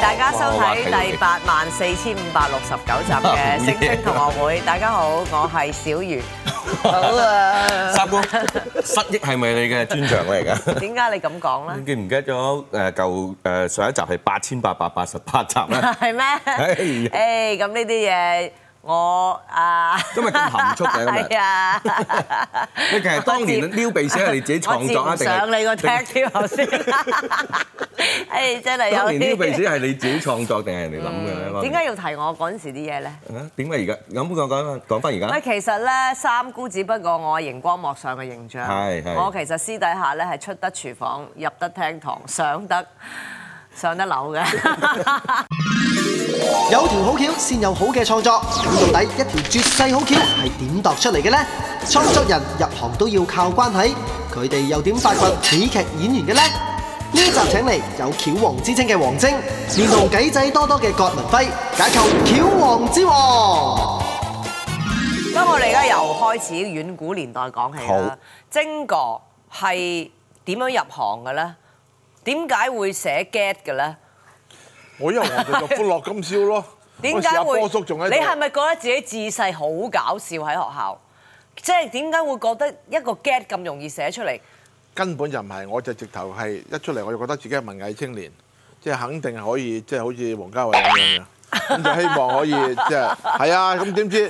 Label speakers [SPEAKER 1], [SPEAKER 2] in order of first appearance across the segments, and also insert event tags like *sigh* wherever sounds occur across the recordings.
[SPEAKER 1] 大家收睇第八萬四千五百六十九
[SPEAKER 2] *laughs*
[SPEAKER 1] 集
[SPEAKER 2] 哦
[SPEAKER 1] 嘅《星星同學會》。大家好，我係小魚。好啊， *laughs*
[SPEAKER 2] 三哥，失憶係咪你嘅專長嚟㗎？
[SPEAKER 1] 點解你咁講
[SPEAKER 2] 你
[SPEAKER 1] 咧？
[SPEAKER 2] 記唔記得咗誒舊誒上一集係八千八百八十八集啊
[SPEAKER 1] *laughs*
[SPEAKER 2] 咧？
[SPEAKER 1] *laughs* 係
[SPEAKER 2] 哎
[SPEAKER 1] 咩？誒，咁呢啲嘢我啊，
[SPEAKER 2] 今日咁含蓄嘅今
[SPEAKER 1] *laughs*
[SPEAKER 2] 日
[SPEAKER 1] 係啊，
[SPEAKER 2] 你其實當年撩鼻屎係你自己
[SPEAKER 1] 我
[SPEAKER 2] *laughs* 創
[SPEAKER 1] 接
[SPEAKER 2] 作
[SPEAKER 1] 唔
[SPEAKER 2] 啊，定
[SPEAKER 1] 上你個
[SPEAKER 2] 係
[SPEAKER 1] tag 添頭
[SPEAKER 2] *laughs*
[SPEAKER 1] 先。 *laughs* 誒，真係
[SPEAKER 2] 當
[SPEAKER 1] 有
[SPEAKER 2] 年撩鼻屎
[SPEAKER 1] 啲。嗯
[SPEAKER 2] 係你自己創作定係人哋諗嘅咧？
[SPEAKER 1] 點解要提我嗰陣時啲嘢咧？
[SPEAKER 2] 啊？點解而家咁講講講翻而 *laughs*
[SPEAKER 1] 喂，
[SPEAKER 2] 家？
[SPEAKER 1] 其實咧，三姑只不過我係熒光幕上嘅形象，
[SPEAKER 2] 係係
[SPEAKER 1] 我其實私底下咧係出得廚房，入得廳堂，上得上得樓嘅。 *laughs*
[SPEAKER 3] 有條好橋先有好嘅創作，咁到底一條絕世好橋係點度出嚟嘅呢？創作人入行都要靠關係，佢哋又點發掘喜劇演員嘅呢？呢集請嚟有橋王之稱嘅王晶，連同計仔多多嘅葛倫輝，解構橋王之王。
[SPEAKER 1] 咁我哋而家由開始遠古年代講起啦
[SPEAKER 2] 好。
[SPEAKER 1] 晶哥係點樣入行嘅咧？點解會寫 get 嘅咧？
[SPEAKER 4] 我因為黃就歡樂今宵咯。
[SPEAKER 1] *laughs* 點
[SPEAKER 4] 嗰時
[SPEAKER 1] 解
[SPEAKER 4] 阿
[SPEAKER 1] 會？
[SPEAKER 4] 波叔仲喺度？
[SPEAKER 1] 你係咪覺得自己自細好搞笑喺學校？即係點解會覺得一個 get 咁容易寫出嚟？
[SPEAKER 4] 根本就唔係，我就直頭係一出嚟我就覺得自己係文藝青年，即係肯定係可以，即係好似王家衞咁樣嘅。咁就希望可以即係係啊！咁點知一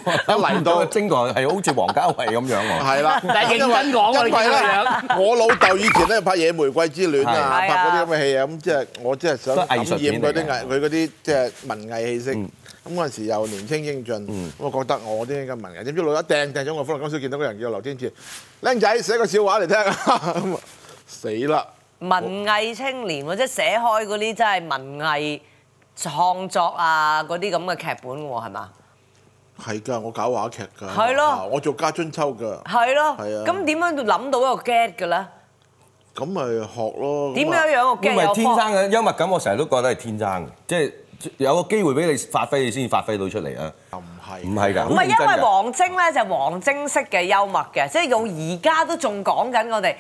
[SPEAKER 2] *laughs*
[SPEAKER 4] 嚟到
[SPEAKER 2] 晶哥係好似王家衞咁樣喎。
[SPEAKER 4] 係啦，
[SPEAKER 5] *laughs* 但係認真講喎
[SPEAKER 4] 因為
[SPEAKER 5] 你
[SPEAKER 4] 咧
[SPEAKER 5] 見佢個，
[SPEAKER 4] 我老豆以前咧拍《野玫瑰之戀》啊，
[SPEAKER 1] 係
[SPEAKER 4] 拍嗰啲咁嘅戲啊，咁即係我即係想
[SPEAKER 2] 都
[SPEAKER 4] 感
[SPEAKER 2] 係藝術片
[SPEAKER 4] 染佢啲
[SPEAKER 2] 嚟嘅嗯
[SPEAKER 4] 藝，佢嗰啲即係文藝氣息。咁嗰陣時又年青英俊，咁我覺得我啲應該文藝。點知老一掟掟咗我歡樂今宵，見到個人叫劉天賜，僆仔寫個笑話嚟聽 *laughs* 啊！咁啊死啦！
[SPEAKER 1] 文藝青年或者寫開嗰啲真係文藝創作啊嗰啲咁嘅劇本喎，係嘛？
[SPEAKER 4] 係㗎，我搞話劇㗎。
[SPEAKER 1] 係咯
[SPEAKER 4] 啊我做家春秋㗎。
[SPEAKER 1] 係咯，
[SPEAKER 4] 係啊
[SPEAKER 1] 咁點樣諗到一個 get 嘅咧？
[SPEAKER 4] 咁咪學咯。
[SPEAKER 1] 點
[SPEAKER 4] 咁啊
[SPEAKER 1] 樣樣個
[SPEAKER 2] 因
[SPEAKER 1] get
[SPEAKER 2] 為
[SPEAKER 1] 有
[SPEAKER 2] 天生
[SPEAKER 1] 方？
[SPEAKER 2] 嘅幽默感，我成日都覺得係天生嘅，即係有個機會俾你發揮，你先至發揮到出嚟啊！
[SPEAKER 4] 又唔係。
[SPEAKER 2] 唔係㗎，
[SPEAKER 1] 唔係因為王晶咧就係王晶式嘅幽默嘅，即係到而家都仲講緊我哋。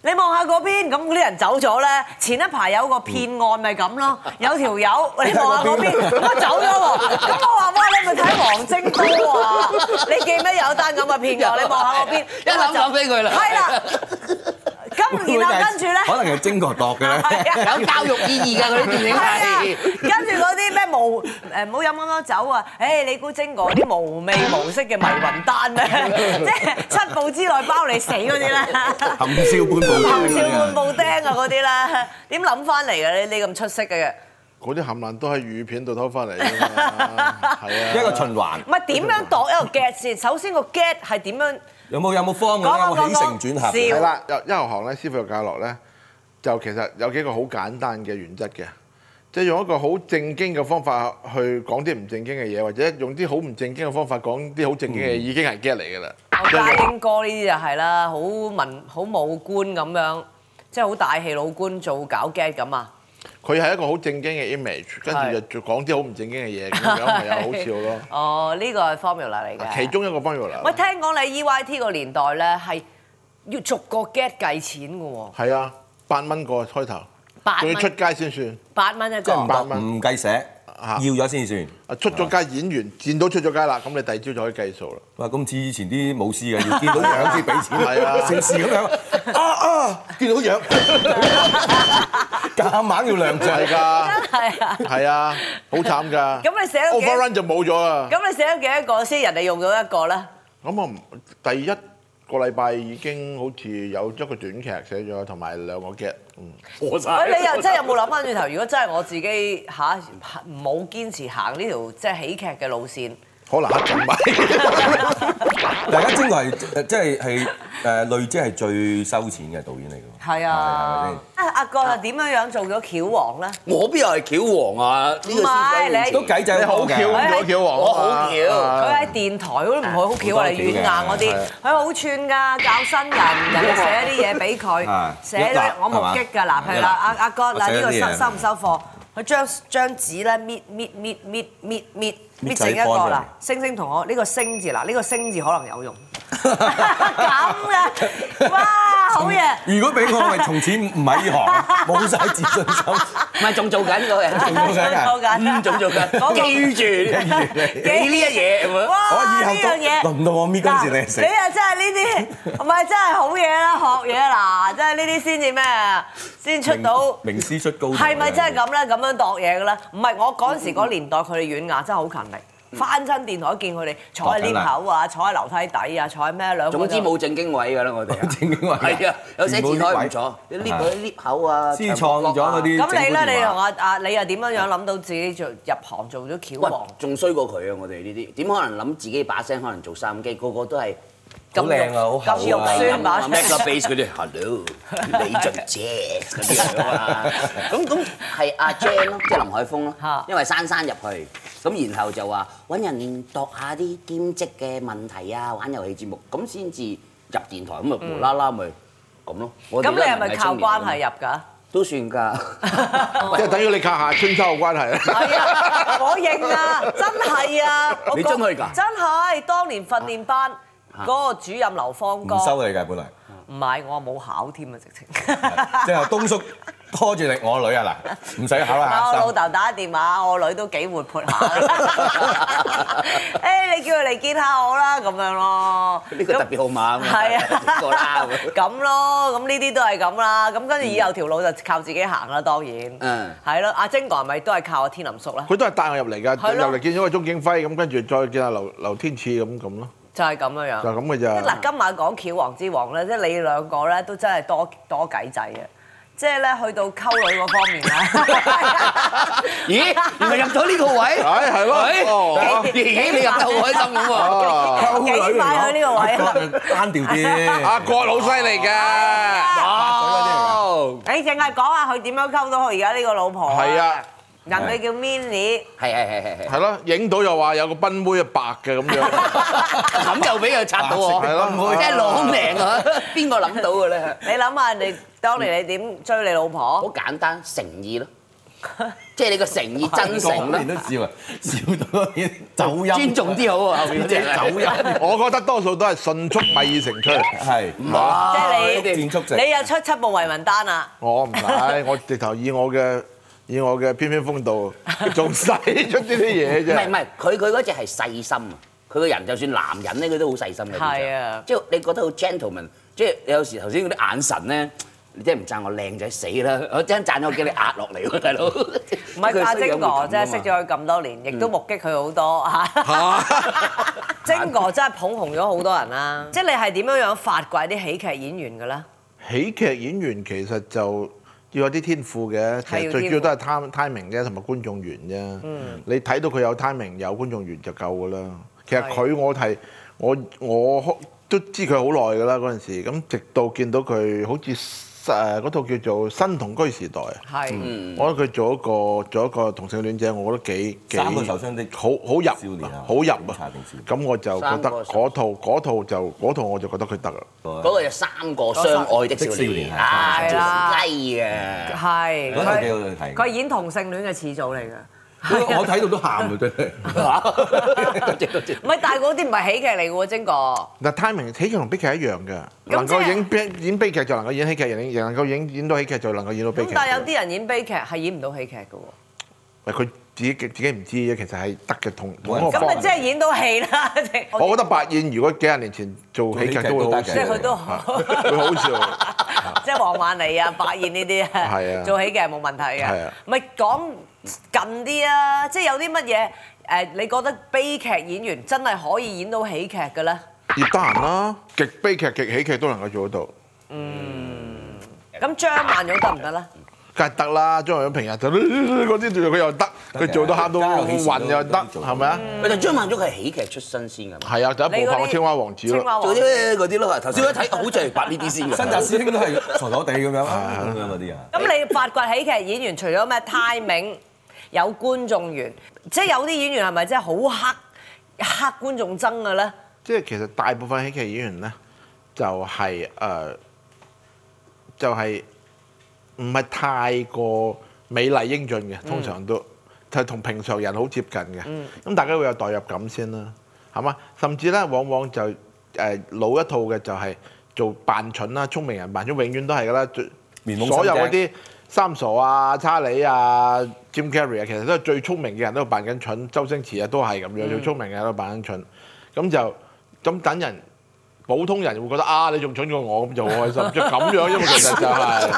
[SPEAKER 1] 你望下嗰邊，咁嗰啲人走咗咧。前一排有個騙案咪咁
[SPEAKER 5] *laughs*
[SPEAKER 1] 咯，有條友你望下嗰邊，咁走咗喎。咁我話哇，你咪睇王晶多啊！你記唔記得有單咁嘅騙案？你望下嗰邊，
[SPEAKER 5] *laughs* 一諗諗起佢啦
[SPEAKER 1] 係啦。咁然後跟住
[SPEAKER 2] 會唔會就係
[SPEAKER 5] *laughs*
[SPEAKER 1] 咧，
[SPEAKER 2] 可能係晶哥度
[SPEAKER 1] *laughs*
[SPEAKER 2] 嘅咧。
[SPEAKER 1] 係啊。
[SPEAKER 5] 有教育意義㗎 *laughs* 嗰啲電影
[SPEAKER 2] 啊
[SPEAKER 5] 係。
[SPEAKER 1] 跟住嗰啲咩無誒唔好飲咁多酒啊！誒你估精嗰啲無味無色嘅迷魂丹咩？即係七步之內包你死嗰啲咧，
[SPEAKER 2] 含笑半步
[SPEAKER 1] 含
[SPEAKER 2] 釘
[SPEAKER 1] 笑半步
[SPEAKER 2] 嗰啲啊
[SPEAKER 1] 釘啊嗰啲咧，點諗翻嚟嘅？你你咁出色嘅，
[SPEAKER 4] 嗰啲冚唥都喺語片度偷翻嚟㗎
[SPEAKER 2] *laughs*
[SPEAKER 4] 嘛，係啊，
[SPEAKER 2] 一個循環
[SPEAKER 1] 唔。係點樣度一個 get 先？首先個 get 係點樣？
[SPEAKER 2] 有冇有冇方案
[SPEAKER 1] 講
[SPEAKER 2] 有
[SPEAKER 1] 講
[SPEAKER 2] 冇起承轉合？
[SPEAKER 1] 講
[SPEAKER 4] 係啦，一一行行咧，師傅嘅教落咧，就其實有幾個好簡單嘅原則嘅，即係用一個好正經嘅方法去講啲唔正經嘅嘢，或者用啲好唔正經嘅方法講啲好正經嘅嘢，已經係 get 嚟㗎啦。
[SPEAKER 1] 我家英哥呢啲就係啦，好文好武官咁樣，即係好大氣老官做搞 get 咁啊！
[SPEAKER 4] 佢係一個好正經嘅 image，跟
[SPEAKER 1] 係
[SPEAKER 4] 住就講啲好唔正經嘅嘢，咁樣咪又好笑咯。
[SPEAKER 1] *laughs* 哦，呢個係 formula 嚟嘅。
[SPEAKER 4] 其中一個 formula
[SPEAKER 1] 喂，聽講你 EYT 個年代咧係要逐個 get 計錢嘅喎，
[SPEAKER 4] 係啊，八蚊個開頭，
[SPEAKER 1] 八
[SPEAKER 4] 仲要出
[SPEAKER 1] 蚊
[SPEAKER 4] 街先算。
[SPEAKER 1] 八蚊一
[SPEAKER 2] 即
[SPEAKER 1] 個，
[SPEAKER 2] 係唔
[SPEAKER 4] 百
[SPEAKER 2] 得
[SPEAKER 4] 蚊
[SPEAKER 2] 唔計寫，要
[SPEAKER 4] 啊
[SPEAKER 2] 咗先算。
[SPEAKER 4] 啊，出咗街演完，見到出咗街啦，咁你第二朝就可以計數啦。
[SPEAKER 2] 哇！咁似以前啲武師嘅，要見到樣先俾錢，
[SPEAKER 4] 係啊
[SPEAKER 2] 成事咁樣啊啊！見到樣，夾硬要量
[SPEAKER 4] 係
[SPEAKER 2] 制。
[SPEAKER 4] 㗎，
[SPEAKER 1] 係啊。
[SPEAKER 4] 係啊，好慘㗎。
[SPEAKER 1] 咁你寫咗幾
[SPEAKER 4] overrun 就冇咗啊！
[SPEAKER 1] 咁你寫咗幾多個先？人哋用咗一個咧，
[SPEAKER 4] 咁我唔第一個禮拜已經好似有一個短劇寫咗，同埋兩個 get。嗯，
[SPEAKER 5] 我晒
[SPEAKER 1] 喂，你又真係有冇諗翻轉頭？如果真係我自己吓冇堅持行呢條即係喜劇嘅路線，
[SPEAKER 4] 可能黑咁咪
[SPEAKER 2] 大家精係即係係誒累積係最收錢嘅導演嚟嘅喎。
[SPEAKER 1] 係
[SPEAKER 2] 係咪
[SPEAKER 1] 啊
[SPEAKER 2] 先，
[SPEAKER 1] 啊阿哥係點樣樣做咗橋王咧？
[SPEAKER 5] 我邊有係橋王啊？呢個
[SPEAKER 1] 唔係
[SPEAKER 5] 師
[SPEAKER 2] 都
[SPEAKER 5] 傅
[SPEAKER 1] 你
[SPEAKER 2] 計仔
[SPEAKER 4] 你好
[SPEAKER 2] 好
[SPEAKER 4] 巧 *laughs*
[SPEAKER 2] 嘅，
[SPEAKER 4] 咁巧王
[SPEAKER 5] 我好巧
[SPEAKER 1] 佢
[SPEAKER 4] 啊
[SPEAKER 1] 喺電台嗰啲唔好好
[SPEAKER 2] 好
[SPEAKER 1] 巧
[SPEAKER 2] 多
[SPEAKER 1] 啊，你軟硬嗰啲
[SPEAKER 2] 橋嘅，
[SPEAKER 1] 佢好串㗎，教新人，人哋寫啲嘢
[SPEAKER 2] *laughs*
[SPEAKER 1] 俾佢
[SPEAKER 2] 係，
[SPEAKER 1] 寫
[SPEAKER 2] 一沓
[SPEAKER 1] 咧我目擊㗎，嗱
[SPEAKER 2] 係嘛
[SPEAKER 1] 譬如啦，阿阿哥
[SPEAKER 2] 我
[SPEAKER 1] 嗱
[SPEAKER 2] 寫
[SPEAKER 1] 呢個
[SPEAKER 2] 啲嘢
[SPEAKER 1] 收收唔收貨？佢將張紙咧搣搣搣搣搣搣搣成一
[SPEAKER 2] 搣仔
[SPEAKER 1] 個
[SPEAKER 2] 乾
[SPEAKER 1] 啦
[SPEAKER 2] 啦，
[SPEAKER 1] 星星同我呢個星字嗱，呢個星字可能有用，咁嘅，哇好嘢！
[SPEAKER 2] 如果俾我，我咪從此唔喺呢行，冇晒自信心。
[SPEAKER 5] 係仲做緊嗰個人，
[SPEAKER 2] 做
[SPEAKER 1] *laughs*
[SPEAKER 2] 緊㗎
[SPEAKER 1] 做緊
[SPEAKER 5] 嗯，仲
[SPEAKER 1] *laughs*
[SPEAKER 5] 做
[SPEAKER 1] 嗰個
[SPEAKER 5] 緊，記住你呢一嘢咁樣。
[SPEAKER 1] 哇！
[SPEAKER 2] 我以後
[SPEAKER 1] 呢
[SPEAKER 2] 都
[SPEAKER 1] 樣嘢
[SPEAKER 2] 輪唔到我咪嗰陣時你係死
[SPEAKER 1] 嗱你啊真係呢啲，唔係真係好嘢啦，學嘢啦，嗱，真係呢啲先至咩啊，先出到。
[SPEAKER 2] 名師出高徒
[SPEAKER 1] 係咪真係咁咧？咁樣度嘢嘅咧？唔係我嗰陣時嗰年代，佢哋軟牙真係好勤力。
[SPEAKER 2] 嗯
[SPEAKER 1] 翻親電台見佢哋坐喺
[SPEAKER 2] 度緊
[SPEAKER 1] 呢
[SPEAKER 2] 啦
[SPEAKER 1] 口啊，坐喺樓梯底啊，坐喺咩兩個就。
[SPEAKER 5] 總之冇正經位㗎啦，我哋啊
[SPEAKER 2] 冇正經位
[SPEAKER 5] 係啊，有寫字
[SPEAKER 2] 全部
[SPEAKER 5] 台
[SPEAKER 2] 啲
[SPEAKER 5] 唔
[SPEAKER 2] 位
[SPEAKER 5] 坐，你 lift 佢 lift 口啊，
[SPEAKER 2] 先創咗嗰啲
[SPEAKER 1] 咁你咧？
[SPEAKER 2] 整蠱電話
[SPEAKER 1] 你同阿阿你又點樣樣諗到自己做入行做咗橋
[SPEAKER 5] 喂
[SPEAKER 1] 王，
[SPEAKER 5] 仲衰過佢啊！我哋呢啲點可能諗自己把聲可能做收音機，個個都係
[SPEAKER 2] 好靚啊，好
[SPEAKER 1] 咁肉
[SPEAKER 2] 厚啊，
[SPEAKER 1] 酸把聲
[SPEAKER 5] Mega Bass 嗰啲 Hello 李俊姐嗰啲樣啊，咁咁係阿 Jan 咯，即係林海峰咯
[SPEAKER 1] 嚇，
[SPEAKER 5] 因為珊珊入去，咁然後就話揾人度下啲兼職嘅問題啊，玩遊戲節目，咁先至入電台，咁啊無啦啦咪咁咯。我哋
[SPEAKER 1] 咁你
[SPEAKER 5] 都
[SPEAKER 1] 係咪
[SPEAKER 5] 文藝
[SPEAKER 1] 靠
[SPEAKER 5] 青年嚟
[SPEAKER 1] 關
[SPEAKER 5] 㗎嘛
[SPEAKER 1] 係入㗎？
[SPEAKER 5] 都算㗎，
[SPEAKER 4] 即係等於你靠夏春秋嘅關係啦。
[SPEAKER 1] 係啊，我認
[SPEAKER 5] *laughs*
[SPEAKER 1] 啊，真係啊！我
[SPEAKER 5] 你
[SPEAKER 1] 覺
[SPEAKER 5] 真係㗎
[SPEAKER 1] 真係，當年訓練班嗰個主任劉芳
[SPEAKER 2] 唔
[SPEAKER 1] 哥，
[SPEAKER 5] 啊
[SPEAKER 2] 收你㗎本來。
[SPEAKER 1] 唔係我冇考添啊，直
[SPEAKER 5] *laughs*
[SPEAKER 1] 情。
[SPEAKER 2] 最後東叔拖住你我女啊嗱，唔使考啦
[SPEAKER 1] 我
[SPEAKER 2] 嚇
[SPEAKER 1] 老豆打電話，我女都幾活潑
[SPEAKER 5] *laughs*
[SPEAKER 1] 下。誒，你叫佢嚟見下我啦，咁樣咯。
[SPEAKER 5] 呢個特別號碼咁
[SPEAKER 1] 係啊，
[SPEAKER 5] 個啦咁樣
[SPEAKER 1] *laughs* 咁咯，咁呢啲都係咁啦。咁跟住以後條路就靠自己行啦，當然。
[SPEAKER 5] 嗯
[SPEAKER 1] 係咯，阿晶哥係咪都係靠阿天林叔咧？
[SPEAKER 4] 佢都係帶我入嚟㗎，
[SPEAKER 1] 係咯
[SPEAKER 4] 入嚟見咗個鐘景輝，咁跟住再見下劉劉天賜咁咁咯，
[SPEAKER 1] 就係咁樣樣。
[SPEAKER 4] 就係咁嘅
[SPEAKER 1] 即係嗱，
[SPEAKER 4] 咋。
[SPEAKER 1] 今晚講橋王之王咧，即係你兩個咧都真係多多計仔嘅，即係咧去到溝女嗰方面咧，
[SPEAKER 5] 咦？原來入咗呢個位，
[SPEAKER 4] 係係咯
[SPEAKER 5] 咦咦，你入得好開心咁喎！
[SPEAKER 4] 啊
[SPEAKER 2] 溝女
[SPEAKER 1] 幾快去呢個位啊
[SPEAKER 2] 阿哥就單調啲，
[SPEAKER 4] 阿郭老犀利㗎。
[SPEAKER 5] 哦，
[SPEAKER 1] 你淨係講下佢點樣溝到佢而家呢個老婆
[SPEAKER 4] 係啊，
[SPEAKER 1] 人哋叫 Mini，
[SPEAKER 5] 係係係係係，
[SPEAKER 4] 係咯，影到又話有個賓妹啊白嘅咁樣，
[SPEAKER 5] 咁就俾佢拆到我，
[SPEAKER 4] 係咯
[SPEAKER 5] 真係攞命啊！邊個諗到嘅咧？
[SPEAKER 1] 你諗下人哋當年你點追你老
[SPEAKER 5] 好
[SPEAKER 1] 婆？
[SPEAKER 5] 簡單，誠意咯，即係你個誠意真
[SPEAKER 2] 我
[SPEAKER 5] 誠
[SPEAKER 2] 年都
[SPEAKER 5] 咯，
[SPEAKER 2] 笑啊，笑到啲走音，
[SPEAKER 5] 尊重啲好啊！後邊嗰
[SPEAKER 2] 即
[SPEAKER 5] 啲
[SPEAKER 2] 係走音，
[SPEAKER 4] 我覺得多數都係迅速米已成出嚟。
[SPEAKER 2] 係
[SPEAKER 5] 哇！
[SPEAKER 1] 即係你
[SPEAKER 5] 哋
[SPEAKER 2] 戰速
[SPEAKER 1] 你
[SPEAKER 2] 直，
[SPEAKER 1] 又出七部維民單啊！
[SPEAKER 4] 我唔使，我直頭以我嘅以我嘅翩翩風度，仲使出呢啲嘢
[SPEAKER 5] 唔係
[SPEAKER 4] 啫。
[SPEAKER 5] 唔係，佢佢嗰只係細心啊！佢個人就算男人咧，佢都好細心嘅。
[SPEAKER 1] 係啊
[SPEAKER 5] 其實即係你覺得好 gentleman，即係你有時頭先嗰啲眼神咧，你真係唔讚我靚仔死啦！我真係讚咗我叫你壓落嚟喎，大佬。唔
[SPEAKER 1] 唔係阿晶哥，
[SPEAKER 5] 啊
[SPEAKER 1] 真係識咗佢咁多年，亦都目擊佢好多嚇。晶哥真係捧紅咗好多人啦。即係你係點樣樣發掘啲喜劇演員嘅咧？
[SPEAKER 4] 喜劇演員其實就要有啲天賦嘅，其
[SPEAKER 1] 係要
[SPEAKER 4] 實最主要都係 tim- timing 啫，同埋觀眾緣啫。你睇到佢有 timing 有觀眾緣就夠噶啦。其實
[SPEAKER 1] 係
[SPEAKER 4] 佢我係我我都知佢好耐噶啦嗰陣時，咁直到見到佢好似誒嗰套叫做《新同居時代》啊。
[SPEAKER 1] 係
[SPEAKER 2] 嗯
[SPEAKER 4] 我覺得佢做一個做一個同性戀者，我覺得幾幾
[SPEAKER 2] 三個受傷的
[SPEAKER 4] 好好
[SPEAKER 2] 少
[SPEAKER 4] 入
[SPEAKER 2] 年啊
[SPEAKER 4] 好入
[SPEAKER 2] 警察
[SPEAKER 4] 啊
[SPEAKER 2] 定少！
[SPEAKER 4] 咁我就覺得
[SPEAKER 5] 三個受
[SPEAKER 4] 嗰套嗰套就嗰套我就覺得佢得啦。
[SPEAKER 5] 嗰個有三個相愛的少年啊，
[SPEAKER 1] 係啦
[SPEAKER 5] 真係嘅。
[SPEAKER 1] 係。
[SPEAKER 2] 嗰套幾好
[SPEAKER 1] 佢
[SPEAKER 2] 睇
[SPEAKER 1] 佢係演同性戀嘅始祖嚟㗎。
[SPEAKER 2] 我睇到都喊啊真係。
[SPEAKER 5] *laughs* 多謝多謝
[SPEAKER 1] 唔係，但係嗰啲唔係喜劇嚟嘅喎，晶哥。
[SPEAKER 4] 嗱，timing 喜劇同悲劇一樣嘅，
[SPEAKER 1] 即係
[SPEAKER 4] 能夠影悲演悲劇就能夠演喜劇，人能夠影演到喜劇就能夠演到悲
[SPEAKER 1] 咁
[SPEAKER 4] 劇。
[SPEAKER 1] 但係有啲人演悲劇係演唔到喜劇嘅喎。
[SPEAKER 4] 喂佢自己自己唔知啫，其實係得嘅，同同
[SPEAKER 2] 冇人
[SPEAKER 4] 嗰個
[SPEAKER 2] 教
[SPEAKER 1] 咁
[SPEAKER 4] 方
[SPEAKER 1] 咪
[SPEAKER 4] 向
[SPEAKER 1] 即係演到戲啦。
[SPEAKER 4] 我覺得白燕如果幾廿年前做喜劇都會
[SPEAKER 2] 做
[SPEAKER 4] 好笑，
[SPEAKER 2] 喜劇
[SPEAKER 1] 即
[SPEAKER 2] 都得嘅
[SPEAKER 1] 係佢都
[SPEAKER 4] 啊會好笑。
[SPEAKER 1] 即係黃曼梨啊、白燕呢啲
[SPEAKER 4] *laughs* 係
[SPEAKER 1] 啊，
[SPEAKER 4] 啊
[SPEAKER 1] 做喜劇係冇問題
[SPEAKER 4] 係
[SPEAKER 1] 嘅
[SPEAKER 4] 啊。
[SPEAKER 1] 咪講近啲啊，即係有啲乜嘢誒？你覺得悲劇演員真係可以演到喜劇嘅咧？
[SPEAKER 4] 葉德嫻啦，極悲劇、極喜劇都能夠做得到。
[SPEAKER 5] 嗯
[SPEAKER 1] 咁張曼玉得唔得咧？
[SPEAKER 4] 梗係得啦，張學友平日就 *laughs* 嗰啲佢又得，佢做到喊到暈又得，係咪啊？
[SPEAKER 5] 喂，但張曼玉係喜劇出身先㗎嘛，
[SPEAKER 4] 係啊，第一
[SPEAKER 1] 你嗰
[SPEAKER 4] 部拍過
[SPEAKER 1] 啲
[SPEAKER 4] 《青蛙王子》
[SPEAKER 1] 青
[SPEAKER 4] 咯。
[SPEAKER 1] 蛙
[SPEAKER 5] 做
[SPEAKER 1] 王
[SPEAKER 5] 啲
[SPEAKER 1] 子。
[SPEAKER 5] 嗰啲咯。頭先我一睇，好似係拍呢啲先㗎。
[SPEAKER 2] 新紮師兄都係傻傻地咁樣啊咁樣嗰啲啊。
[SPEAKER 1] 咁你發掘喜劇演員除咗咩 timing 有觀眾緣，即係有啲演員係咪真係好黑黑觀眾憎嘅
[SPEAKER 5] *laughs*
[SPEAKER 1] 咧？
[SPEAKER 4] 即係其實大部分喜劇演員咧，就係、呃就係唔係太過美麗英俊
[SPEAKER 2] 嗯
[SPEAKER 4] 嘅，通常都就同平常人好接近嘅。咁、大家會有代入感先啦，係嘛？甚至咧，往往就誒、呃老一套嘅就係做扮蠢啦，聰明人扮蠢永遠都係㗎啦。最
[SPEAKER 2] 面懵
[SPEAKER 4] 所有
[SPEAKER 2] 心
[SPEAKER 4] 嗰
[SPEAKER 2] 驚
[SPEAKER 4] 啲三傻啊、查理啊、Jim Carrey 啊，其實都係最聰明嘅人都扮緊蠢，周星馳啊都係咁
[SPEAKER 2] 嗯
[SPEAKER 4] 樣，最聰明嘅人都扮緊蠢，咁就咁等人。普通人會覺得啊，你仲蠢過我，咁就好開心，即係咁樣，因為其實就係、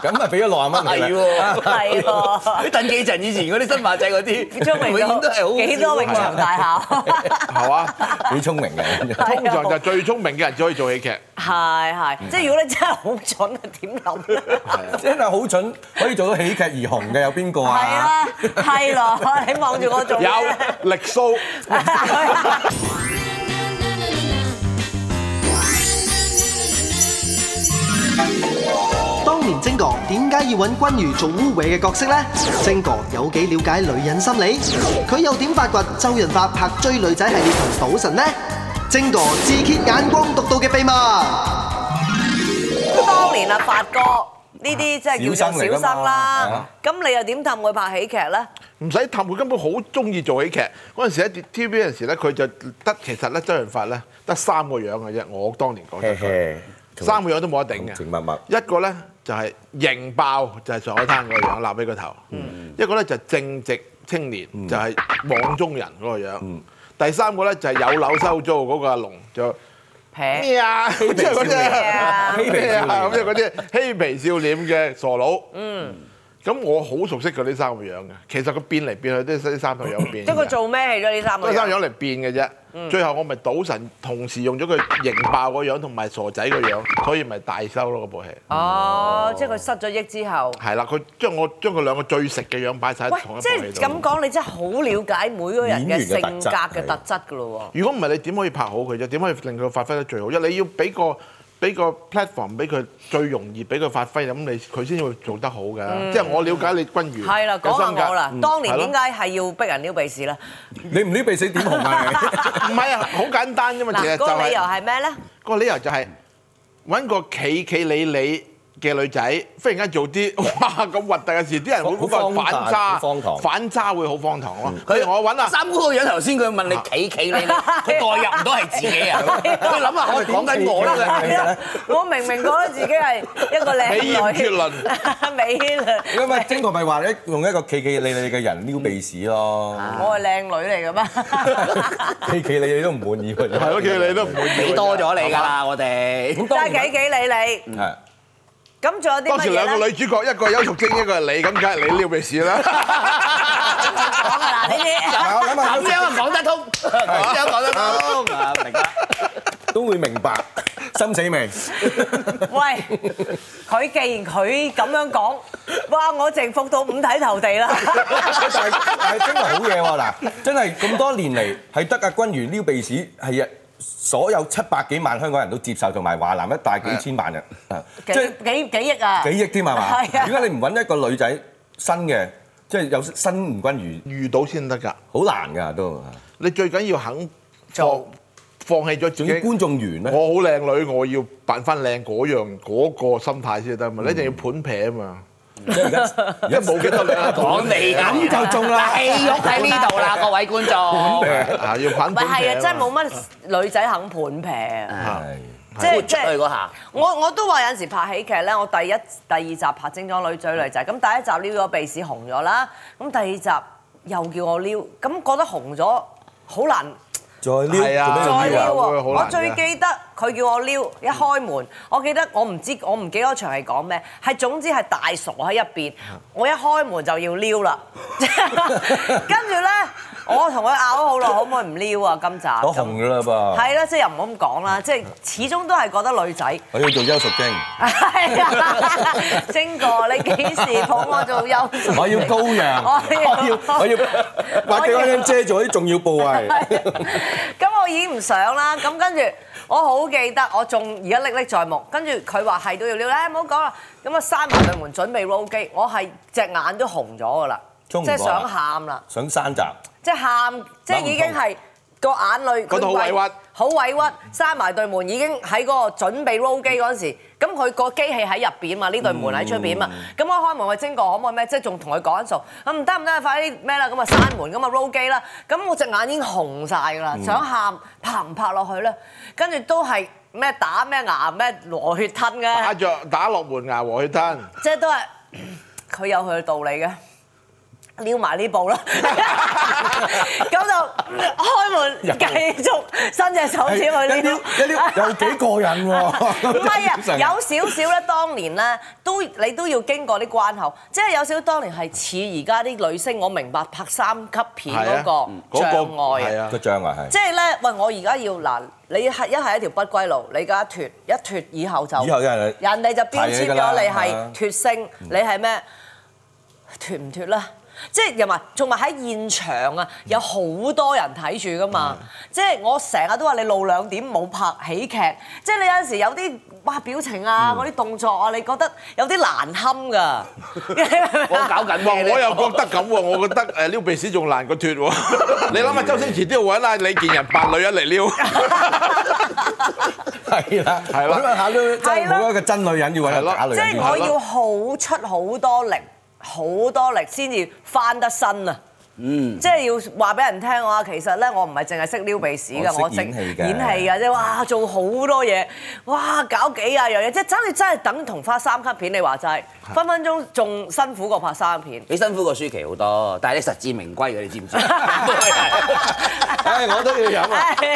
[SPEAKER 2] 咁啊俾咗六啊蚊
[SPEAKER 5] *laughs* *laughs* 係
[SPEAKER 2] 你啦。
[SPEAKER 5] 喎，
[SPEAKER 1] 係喎
[SPEAKER 5] 你等幾陣以前嗰啲新馬仔嗰啲，
[SPEAKER 1] 張榮
[SPEAKER 5] 永遠都係好啊
[SPEAKER 1] 都幾多永長大廈？
[SPEAKER 4] 係嘛？
[SPEAKER 2] 幾聰明嘅，
[SPEAKER 4] *laughs* 通常就最聰明嘅人先可以做戲劇，
[SPEAKER 1] 係係，即係如果你真係好蠢，點諗咧？
[SPEAKER 2] 真係好蠢，可以做到喜劇而紅嘅有邊個
[SPEAKER 1] 係
[SPEAKER 2] 啊？
[SPEAKER 1] 啦，係咯，你望住我做咩呢
[SPEAKER 4] 有力蘇。
[SPEAKER 3] 當年晶哥點解要揾君如做污衊嘅角色呢？晶哥有幾了解女人心理？佢又點發掘周潤發拍追女仔系列同賭神呢？晶哥自揭眼光獨到嘅秘密。
[SPEAKER 1] 當年啊，發哥呢啲即係叫做小生
[SPEAKER 2] 小生嚟㗎
[SPEAKER 1] 啦
[SPEAKER 2] 嘛。
[SPEAKER 1] 咁你又點氹佢拍喜劇咧？
[SPEAKER 4] 唔使氹，佢根本好中意做喜劇。嗰陣時喺 TV 嗰陣時咧，佢就得其實咧周潤發咧得三個樣嘅啫。我當年講得佢三個樣都冇得頂
[SPEAKER 2] 情
[SPEAKER 4] 嘅。
[SPEAKER 2] 密密，
[SPEAKER 4] 一個咧就係型爆，就係上海灘嗰個樣，立起個頭；一個咧就正直青年，就係網中人嗰個樣。第三個咧就係有樓收租嗰個阿龍，就
[SPEAKER 1] 平
[SPEAKER 4] 咩啊？即係嗰啲啊
[SPEAKER 2] 欺皮
[SPEAKER 4] 咩
[SPEAKER 2] 少
[SPEAKER 4] 啊？
[SPEAKER 2] 年
[SPEAKER 4] 咁即係嗰啲嬉皮笑臉嘅傻佬。嗯。咁我好熟悉佢呢三個樣嘅，其實佢變嚟變去都係呢三個樣變嘅。
[SPEAKER 1] 即係佢做嗯咩戲咗呢三
[SPEAKER 4] 都
[SPEAKER 1] 個
[SPEAKER 4] 係三
[SPEAKER 1] 人？
[SPEAKER 4] 樣嚟變嘅啫。最後我咪賭神同時用咗佢型爆個樣同埋傻仔個樣，所以咪大收咯嗰部戲。
[SPEAKER 1] 哦，即係佢失咗憶之後。
[SPEAKER 4] 係啦，佢將我將佢兩個最食嘅樣擺晒
[SPEAKER 1] 喂
[SPEAKER 4] 喺同，一
[SPEAKER 1] 即
[SPEAKER 4] 部戲
[SPEAKER 1] 係
[SPEAKER 4] 度。
[SPEAKER 1] 咁講，你真係好了解每個人嘅
[SPEAKER 2] 演員嘅
[SPEAKER 1] 性
[SPEAKER 2] 特質
[SPEAKER 1] 格嘅特質㗎咯
[SPEAKER 4] 如果唔係你點可以拍好佢啫？點可以令佢發揮得最好？因為你要俾個俾個 platform 俾佢最容易俾佢發揮，咁你佢先會做得好㗎。即係我了解你君
[SPEAKER 1] 喎。
[SPEAKER 4] 如
[SPEAKER 1] 嗯係啦，講
[SPEAKER 4] 嘅性
[SPEAKER 1] 下
[SPEAKER 4] 格
[SPEAKER 1] 我啦，當年
[SPEAKER 4] 嗯係咯
[SPEAKER 1] 點解係要逼人撩鼻屎咧？
[SPEAKER 2] 你唔撩鼻死點紅啊
[SPEAKER 4] 唔係啊？好簡單啫嘛，
[SPEAKER 1] *laughs*
[SPEAKER 4] 其
[SPEAKER 1] 嗱，
[SPEAKER 4] 實
[SPEAKER 1] 嗰
[SPEAKER 4] 就
[SPEAKER 1] 個理由
[SPEAKER 4] 係
[SPEAKER 1] 係咩咧？
[SPEAKER 4] 個理由就係揾個企企理理嘅女仔，忽然間做啲 *laughs* 哇咁核突嘅事，啲人會
[SPEAKER 2] 好
[SPEAKER 4] 嗰個
[SPEAKER 2] 荒誕
[SPEAKER 4] 反差
[SPEAKER 2] 好荒唐嗯
[SPEAKER 4] 反差會好荒唐咯。佢我揾啊。啊
[SPEAKER 5] 三姑個樣頭先佢問你企企你，佢代入唔到係自己啊！ *laughs* 佢諗下我講緊我啦，
[SPEAKER 1] 係啦，我明明覺得自己係一個靚
[SPEAKER 4] 美豔
[SPEAKER 1] *laughs*
[SPEAKER 4] 絕
[SPEAKER 1] 女，
[SPEAKER 4] 倫，
[SPEAKER 1] 美女，
[SPEAKER 2] 你？因為精確咪話你用一個企企理理嘅人撩鼻屎咯，
[SPEAKER 1] 我係靚女嚟㗎嘛。
[SPEAKER 2] *laughs* 企企理理都唔滿意喎。
[SPEAKER 4] 係咯，企理理都唔會
[SPEAKER 5] 俾多咗你㗎啦，我哋。
[SPEAKER 2] 咁
[SPEAKER 1] 真
[SPEAKER 2] 當
[SPEAKER 1] 係幾
[SPEAKER 2] 然
[SPEAKER 1] 幾理你，
[SPEAKER 2] 係
[SPEAKER 4] *laughs*
[SPEAKER 1] 咁仲有啲
[SPEAKER 4] 當
[SPEAKER 1] 乜
[SPEAKER 4] 時
[SPEAKER 1] 嘢
[SPEAKER 4] 兩個
[SPEAKER 1] *laughs* 咧？
[SPEAKER 4] 女主角，一個係邱淑貞，一個係你，咁梗係你撩鼻屎啦。
[SPEAKER 1] 講啊嗱呢啲，
[SPEAKER 2] 嗱我諗
[SPEAKER 4] 啊
[SPEAKER 2] 下
[SPEAKER 5] 咁樣講得通，咁樣講得通啊，明啦。
[SPEAKER 2] 都會明白心死未？
[SPEAKER 1] 喂，佢既然佢咁樣講，哇！我淨服到五體投地啦，
[SPEAKER 2] 但係但係真係好嘢喎！嗱，真係咁多年嚟係得阿君如撩鼻屎係啊，所有七百幾萬香港人都接受，同埋華南一帶幾千萬人，啊即
[SPEAKER 1] 幾幾
[SPEAKER 2] 係
[SPEAKER 1] 幾億啊！
[SPEAKER 2] 幾億添係嘛？
[SPEAKER 1] 係啊
[SPEAKER 2] 點解你唔揾一個女仔新嘅，即係有新吳君
[SPEAKER 4] *laughs* 遇到先得㗎，
[SPEAKER 2] 如，好難㗎都。
[SPEAKER 4] 你最緊要肯放
[SPEAKER 1] 做
[SPEAKER 4] 放棄咗自
[SPEAKER 2] 仲要
[SPEAKER 4] 己。
[SPEAKER 2] 觀眾緣
[SPEAKER 4] 我
[SPEAKER 2] 咧，
[SPEAKER 4] 好靚女，我要扮翻靚嗰樣嗰個心態先得嘛，你一定要盤劈啊嘛，
[SPEAKER 2] 而家冇幾多 *laughs* 女
[SPEAKER 5] 講你啊，
[SPEAKER 2] 咁就中啦
[SPEAKER 5] 戲肉喺呢度啦，各位觀眾。
[SPEAKER 4] 啊要盤
[SPEAKER 1] 喂，
[SPEAKER 4] 盤劈
[SPEAKER 1] 係啊，
[SPEAKER 4] 嘛
[SPEAKER 1] 真係冇乜女仔肯盤平，
[SPEAKER 2] 係
[SPEAKER 1] 即係
[SPEAKER 5] 豁出
[SPEAKER 1] 即
[SPEAKER 5] 去
[SPEAKER 1] 係。
[SPEAKER 5] 嗰下，
[SPEAKER 1] 我我都話有陣時拍喜劇咧，我第一、第二集拍《精裝女追女仔》，咁第一集撩咗鼻屎紅咗啦，咁第二集又叫我撩，咁覺得紅咗好難
[SPEAKER 2] 再撩做
[SPEAKER 4] 係啊
[SPEAKER 1] 再
[SPEAKER 2] 咩撩
[SPEAKER 1] 撩
[SPEAKER 2] 啊？
[SPEAKER 4] 會
[SPEAKER 1] 喎。
[SPEAKER 4] 好難
[SPEAKER 1] 我最
[SPEAKER 4] 嘅
[SPEAKER 1] 記得佢叫我撩，一開門，我記得我唔知我唔記得嗰場係講咩，係總之係大傻喺入邊，我一開門就要撩啦， *laughs* 跟住咧我同佢拗咗好耐，可唔可以唔撩啊？今集
[SPEAKER 2] 我紅㗎啦噃，
[SPEAKER 1] 係啦，即係又唔好咁講啦，即係始終都係覺得女仔。
[SPEAKER 2] 我要做邱淑貞，
[SPEAKER 1] 係啊， *laughs* 晶哥，你幾時捧我做優秀？
[SPEAKER 2] *laughs* 我要高陽，
[SPEAKER 1] *laughs* 我要
[SPEAKER 2] 我要我要畫幾多張遮住啲重要部
[SPEAKER 1] *laughs*
[SPEAKER 2] 位。
[SPEAKER 1] 咁我已經唔想啦。咁跟住我好記得，我仲而家歷歷在目。跟住佢話係都要撩咧，唔好講啦。咁我閂埋對門準備 roll 機，我係隻眼都紅咗噶啦，即
[SPEAKER 2] 衝唔過啊
[SPEAKER 1] 係想喊啦，
[SPEAKER 2] 想山閘，
[SPEAKER 1] 即係喊，即係已經係個眼淚。
[SPEAKER 4] 覺得好委屈
[SPEAKER 1] 好委屈，閂埋對門已經喺嗰個準備 roll 機嗰陣時，咁佢個機器喺入邊嘛，呢對門喺出邊嘛，咁我開門我經過可唔可以咩？即係仲同佢講緊數，咁唔得唔得，快啲咩啦，咁啊閂門咁啊 roll 機啦，咁我隻眼已經紅晒㗎啦，想喊拍唔拍落去咧？跟住都係咩打咩牙咩攞血吞嘅， *laughs*
[SPEAKER 4] 打著打落門牙和去吞，
[SPEAKER 1] 即係都係 *clears throat* 佢有佢嘅道理嘅。撩埋呢
[SPEAKER 2] *laughs*
[SPEAKER 1] 步啦，咁就開門
[SPEAKER 2] 又
[SPEAKER 1] 繼續伸隻手指去
[SPEAKER 2] 係一撩
[SPEAKER 1] 撩，
[SPEAKER 2] 一撩有幾過癮喎！
[SPEAKER 1] *laughs* 唔係啊，
[SPEAKER 2] 真係
[SPEAKER 1] 有少少咧，當年咧都你都要經過啲關口，即係有少少當年係似而家啲女星，我明白拍三級片嗰
[SPEAKER 2] 啊
[SPEAKER 1] 個障礙
[SPEAKER 4] 係
[SPEAKER 1] 啊。
[SPEAKER 4] 啊
[SPEAKER 2] 個張啊嗯係
[SPEAKER 1] 即。係咧，喂！我而家要嗱，你係一係一條不歸路，你而家脱一脱以後就
[SPEAKER 2] 以後一係你
[SPEAKER 1] 人哋就標籤
[SPEAKER 2] 係㗎啦
[SPEAKER 1] 咗你
[SPEAKER 2] 係啊
[SPEAKER 1] 係脱星，你係咩脱唔脱啦？即係又埋，仲埋喺現場啊，有好多人睇住噶嘛。即係我成日都話你露兩點冇拍喜劇，即係你有陣時有啲哇表情啊，嗰啲動作啊，你覺得有啲難堪㗎。 *laughs*
[SPEAKER 5] 我搞緊
[SPEAKER 4] 哇！
[SPEAKER 5] 咩咧
[SPEAKER 4] 我又覺得咁喎，我覺得誒撩鼻屎仲難
[SPEAKER 1] *laughs*
[SPEAKER 4] 過脱喎。你諗下，周星馳都要揾啊李健仁扮女人嚟
[SPEAKER 1] *laughs*
[SPEAKER 4] 撩，
[SPEAKER 2] 係啦，
[SPEAKER 4] 係啦
[SPEAKER 2] 揾揾下都真係
[SPEAKER 1] 係啦
[SPEAKER 2] 冇一個真女人要揾
[SPEAKER 4] 係
[SPEAKER 2] 個
[SPEAKER 4] 啦
[SPEAKER 2] 假女
[SPEAKER 1] 即
[SPEAKER 2] 人
[SPEAKER 1] 係
[SPEAKER 2] 要
[SPEAKER 1] 我
[SPEAKER 2] 揾。
[SPEAKER 1] 要好出好多力，好多力先至翻得身啊！嗯，即係要話俾人聽我啊，其實咧我唔係淨係識撩鼻屎㗎，
[SPEAKER 2] 我
[SPEAKER 1] 我
[SPEAKER 2] 識
[SPEAKER 1] 識
[SPEAKER 2] 演
[SPEAKER 1] 演
[SPEAKER 2] 戲
[SPEAKER 1] 戲
[SPEAKER 2] 嘅
[SPEAKER 1] 㗎，即係哇做好多嘢，哇搞幾廿樣嘢，即係真係真係等同花三級片，你話齋分分鐘仲辛苦過拍三級片。
[SPEAKER 5] 你辛苦過舒淇好多，但係你實至名歸嘅，你
[SPEAKER 1] *laughs*
[SPEAKER 5] 知唔知？ *laughs* 唉，
[SPEAKER 2] 唉，我都要飲啊！
[SPEAKER 1] 唉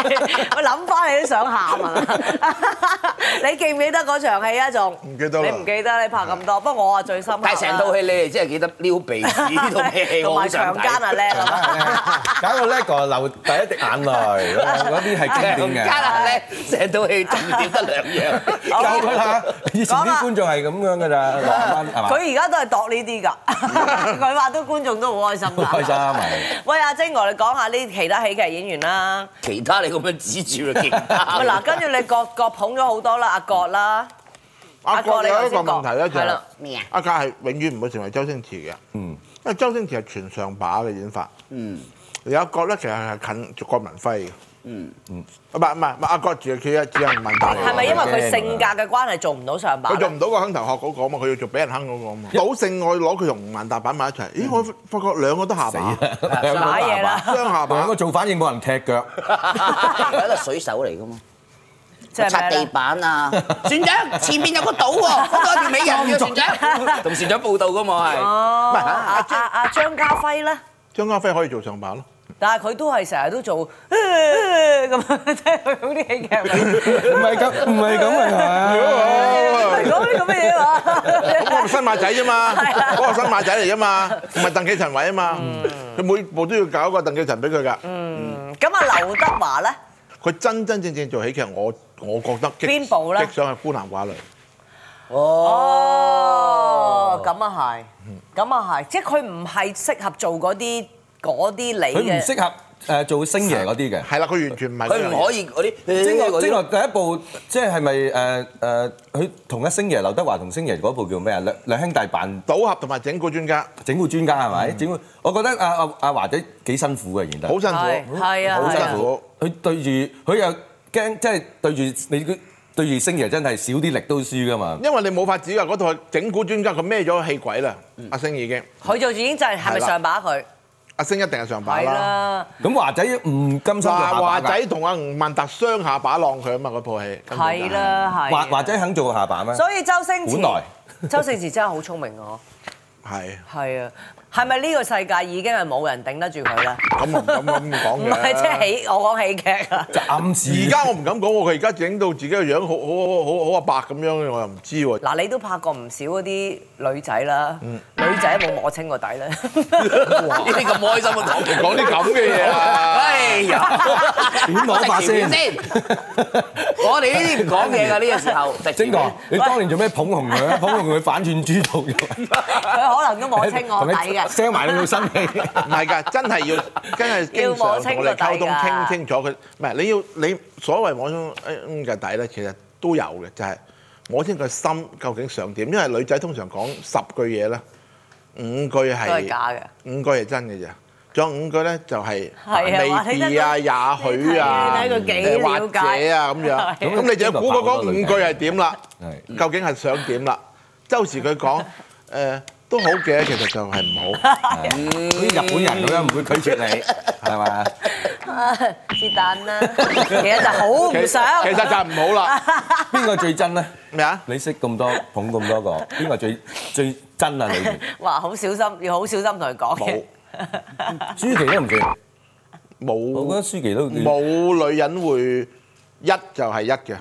[SPEAKER 1] 我諗翻你都想喊啊！ *laughs* 你記唔記得嗰場戲啊？仲
[SPEAKER 4] 唔記得啦
[SPEAKER 1] 你唔記得你拍咁多，不過我啊最深刻啦。
[SPEAKER 5] 但係成套戲你哋真係記得撩鼻屎
[SPEAKER 1] *laughs*
[SPEAKER 5] 呢套戲，
[SPEAKER 1] 同
[SPEAKER 5] 我好
[SPEAKER 1] 埋
[SPEAKER 5] 想
[SPEAKER 1] 強奸啊
[SPEAKER 5] 睇。
[SPEAKER 1] 叻啦！
[SPEAKER 2] 搞到叻過流第一滴
[SPEAKER 1] *laughs*
[SPEAKER 2] 眼淚，嗰啲係經
[SPEAKER 5] 強
[SPEAKER 2] 典
[SPEAKER 5] 奸
[SPEAKER 2] 嘅。
[SPEAKER 5] 啊叻，成套戲重點得兩樣。
[SPEAKER 2] 教佢啦，以前
[SPEAKER 1] 講
[SPEAKER 2] 啲
[SPEAKER 1] 啦
[SPEAKER 2] 觀眾係咁樣㗎咋，六十蚊係嘛？
[SPEAKER 1] 佢而家都係度呢啲㗎，佢話都觀眾都好開心㗎。
[SPEAKER 2] 好開心係
[SPEAKER 1] 喂，阿晶娥，你講下呢其他喜劇演員啦。
[SPEAKER 5] 其他你咁樣指住啦，其他
[SPEAKER 1] 喂嗱，跟住你各各捧咗好多啦，阿郭啦，
[SPEAKER 4] 阿
[SPEAKER 1] 郭
[SPEAKER 4] 國
[SPEAKER 1] 你
[SPEAKER 4] 有
[SPEAKER 1] 頭
[SPEAKER 4] 一個
[SPEAKER 1] 先
[SPEAKER 4] 問
[SPEAKER 1] 講
[SPEAKER 4] 題咧，就
[SPEAKER 1] 係
[SPEAKER 4] 係
[SPEAKER 1] 啦
[SPEAKER 5] 咩啊？
[SPEAKER 4] 阿家係永遠唔會成為周星馳嘅，
[SPEAKER 2] 嗯
[SPEAKER 4] 因為周星馳係全上把嘅演法。
[SPEAKER 5] 嗯，
[SPEAKER 4] 而阿國咧其實係近郭文輝嘅。嗯嗯，唔係唔係唔係，阿國住佢只係問題。
[SPEAKER 1] 係咪因為佢性格嘅關係做唔到上把
[SPEAKER 4] 佢
[SPEAKER 1] 咧
[SPEAKER 4] 做？唔到個坑頭殼嗰個啊嘛，佢要做俾人坑嗰個啊嘛。賭聖我攞佢同萬達板埋一齊，咦？我發覺兩個都下巴，
[SPEAKER 1] 打嘢啦，
[SPEAKER 4] 雙下
[SPEAKER 2] 兩
[SPEAKER 4] 巴
[SPEAKER 2] 個。做反應冇人踢腳，
[SPEAKER 5] 嗯係一個水手嚟噶嘛。
[SPEAKER 1] 即 *laughs* 係
[SPEAKER 5] 擦
[SPEAKER 1] 咩
[SPEAKER 5] 地
[SPEAKER 1] 咧？
[SPEAKER 5] 板啊！船長，前面有個島喎，嗰個條美人
[SPEAKER 1] *laughs*
[SPEAKER 5] 魚船長，同船長報道噶嘛係。
[SPEAKER 1] 哦，
[SPEAKER 4] 係
[SPEAKER 1] 阿阿阿張家輝咧，
[SPEAKER 4] 張家輝可以做上把
[SPEAKER 1] *laughs*
[SPEAKER 4] 咯，
[SPEAKER 1] 但係佢都係成日都做咁樣， *laughs* 即係佢嗰啲
[SPEAKER 2] *laughs*
[SPEAKER 1] 喜劇咪。
[SPEAKER 2] 唔係咁，唔係咁啊！
[SPEAKER 1] 唔係講呢個乜嘢話？
[SPEAKER 4] 嗰個新馬仔啫嘛，
[SPEAKER 1] 係啊嗯
[SPEAKER 4] 嗰個新馬仔嚟
[SPEAKER 1] *laughs*
[SPEAKER 4] 噶嘛，唔係鄧寄塵位啊嘛，佢每部都要搞個鄧寄塵俾佢㗎。
[SPEAKER 1] 咁啊，劉德華咧？
[SPEAKER 4] 佢真真正正做喜劇，我我覺得激
[SPEAKER 1] 邊部咧
[SPEAKER 4] 激上係孤男寡女，
[SPEAKER 1] 哦，咁啊係，咁啊係，即係佢唔係適合做嗰啲嗰啲
[SPEAKER 2] 佢
[SPEAKER 1] 你
[SPEAKER 2] 唔
[SPEAKER 1] 嘅，
[SPEAKER 2] 適合誒做星爺嗰啲嘅。
[SPEAKER 4] 係啦，佢完全唔係嗰樣
[SPEAKER 5] 佢
[SPEAKER 4] 嘢。
[SPEAKER 5] 唔可以嗰啲，
[SPEAKER 2] 即
[SPEAKER 5] 嗰
[SPEAKER 2] 係
[SPEAKER 5] 啲
[SPEAKER 2] 即係第一部，即係係咪誒誒？佢同一星爺劉德華同星爺嗰部叫咩啊？兩兩兄弟扮
[SPEAKER 4] 賭俠同埋整蠱專家，
[SPEAKER 2] 整蠱專家係咪？整蠱，我覺得阿阿阿華仔幾辛苦嘅，演得
[SPEAKER 4] 好辛
[SPEAKER 1] 係
[SPEAKER 4] 苦，嗯
[SPEAKER 1] 係啊
[SPEAKER 4] 好
[SPEAKER 1] 係
[SPEAKER 4] 辛
[SPEAKER 1] 啊
[SPEAKER 4] 苦。
[SPEAKER 2] 佢對住佢又驚，即係對住你佢對住星爺真係少啲力都輸噶嘛。
[SPEAKER 4] 因為你冇法子㗎，嗰套係整蠱專家佢孭咗氣鬼啦，
[SPEAKER 5] 嗯
[SPEAKER 4] 阿星已經，
[SPEAKER 1] 佢就已經就係係咪
[SPEAKER 4] 係啦
[SPEAKER 1] 上把佢？
[SPEAKER 4] 阿星一定係上把
[SPEAKER 1] 係
[SPEAKER 4] 啦。
[SPEAKER 1] 啦，
[SPEAKER 2] 咁華仔唔甘心做
[SPEAKER 4] 華
[SPEAKER 2] 下
[SPEAKER 4] 華
[SPEAKER 2] 巴㗎
[SPEAKER 4] 仔同阿吳萬達雙下巴浪佢啊嘛，嗰套戲。根本就
[SPEAKER 1] 係。啦，係。
[SPEAKER 2] 華華仔肯做下巴咩？
[SPEAKER 1] 所以周星
[SPEAKER 2] 本來
[SPEAKER 1] 馳， *laughs* 周星馳真係好聰明哦。
[SPEAKER 4] 係。
[SPEAKER 1] 係啊，係咪呢個世界已經係冇人頂得住佢咧？
[SPEAKER 4] 咁唔敢咁
[SPEAKER 1] *laughs* 唔
[SPEAKER 4] 講
[SPEAKER 1] 係即係
[SPEAKER 4] 嘅。
[SPEAKER 1] 喜，我講喜劇啊。
[SPEAKER 2] 就暗示
[SPEAKER 4] 而家我唔敢講喎，佢而家整到自己個樣好好好好好阿伯咁樣，我又唔知喎。
[SPEAKER 1] 嗱，你都拍過唔少嗰啲女仔啦，女仔有冇摸清個底咧。
[SPEAKER 5] 呢啲咁開心嘅講
[SPEAKER 4] 講啲咁嘅嘢啊！
[SPEAKER 5] 哎呀，
[SPEAKER 2] 點攞法先？
[SPEAKER 1] *laughs*
[SPEAKER 5] 先？我哋呢啲唔講嘢㗎，呢個時候。
[SPEAKER 2] 晶哥，你當年做咩捧紅
[SPEAKER 1] *laughs*
[SPEAKER 2] 佢啊？捧紅佢反轉豬
[SPEAKER 1] *laughs*
[SPEAKER 2] 肚
[SPEAKER 1] 佢可能都摸清我底嘅。 *laughs*
[SPEAKER 2] ，sell 埋你套新戲。
[SPEAKER 4] 唔係㗎，真係要真係經常同我哋溝通
[SPEAKER 1] 要摸清個底㗎
[SPEAKER 4] 傾清楚佢。唔係你要你所謂摸清嗯嘅底咧，其實都有嘅，就係、摸清個心究竟想點。因為女仔通常講十句嘢咧，五句
[SPEAKER 1] 都係假
[SPEAKER 4] 係
[SPEAKER 1] 嘅
[SPEAKER 4] 五句係真嘅啫。仲有五句咧就係
[SPEAKER 1] 係啊
[SPEAKER 4] 未必啊、
[SPEAKER 1] 哇你真係
[SPEAKER 4] 也許
[SPEAKER 1] 你
[SPEAKER 4] 啊、
[SPEAKER 1] 睇佢幾
[SPEAKER 4] 或
[SPEAKER 1] 了解
[SPEAKER 4] 者啊咁樣。
[SPEAKER 1] *laughs* 係嗯
[SPEAKER 4] 咁你就要估佢講五句係點啦。
[SPEAKER 2] 係
[SPEAKER 4] 究竟係想點啦？周時佢講誒都好嘅，其實就係唔好。
[SPEAKER 2] 好似日本人咁樣唔會拒絕你，係嘛？
[SPEAKER 1] *laughs* 啦，是但啦。其實就好唔想。
[SPEAKER 4] 其實就唔好啦。
[SPEAKER 2] 邊個最真咧？
[SPEAKER 4] 咩啊？
[SPEAKER 2] 你識咁多捧咁多個，邊個最最真啊？裏面
[SPEAKER 1] 哇，好小心，要好小心同佢講嘅
[SPEAKER 4] 冇。
[SPEAKER 2] 舒淇都唔算，我覺得舒
[SPEAKER 4] 冇
[SPEAKER 2] 淇都
[SPEAKER 4] 冇女人會一就係一嘅。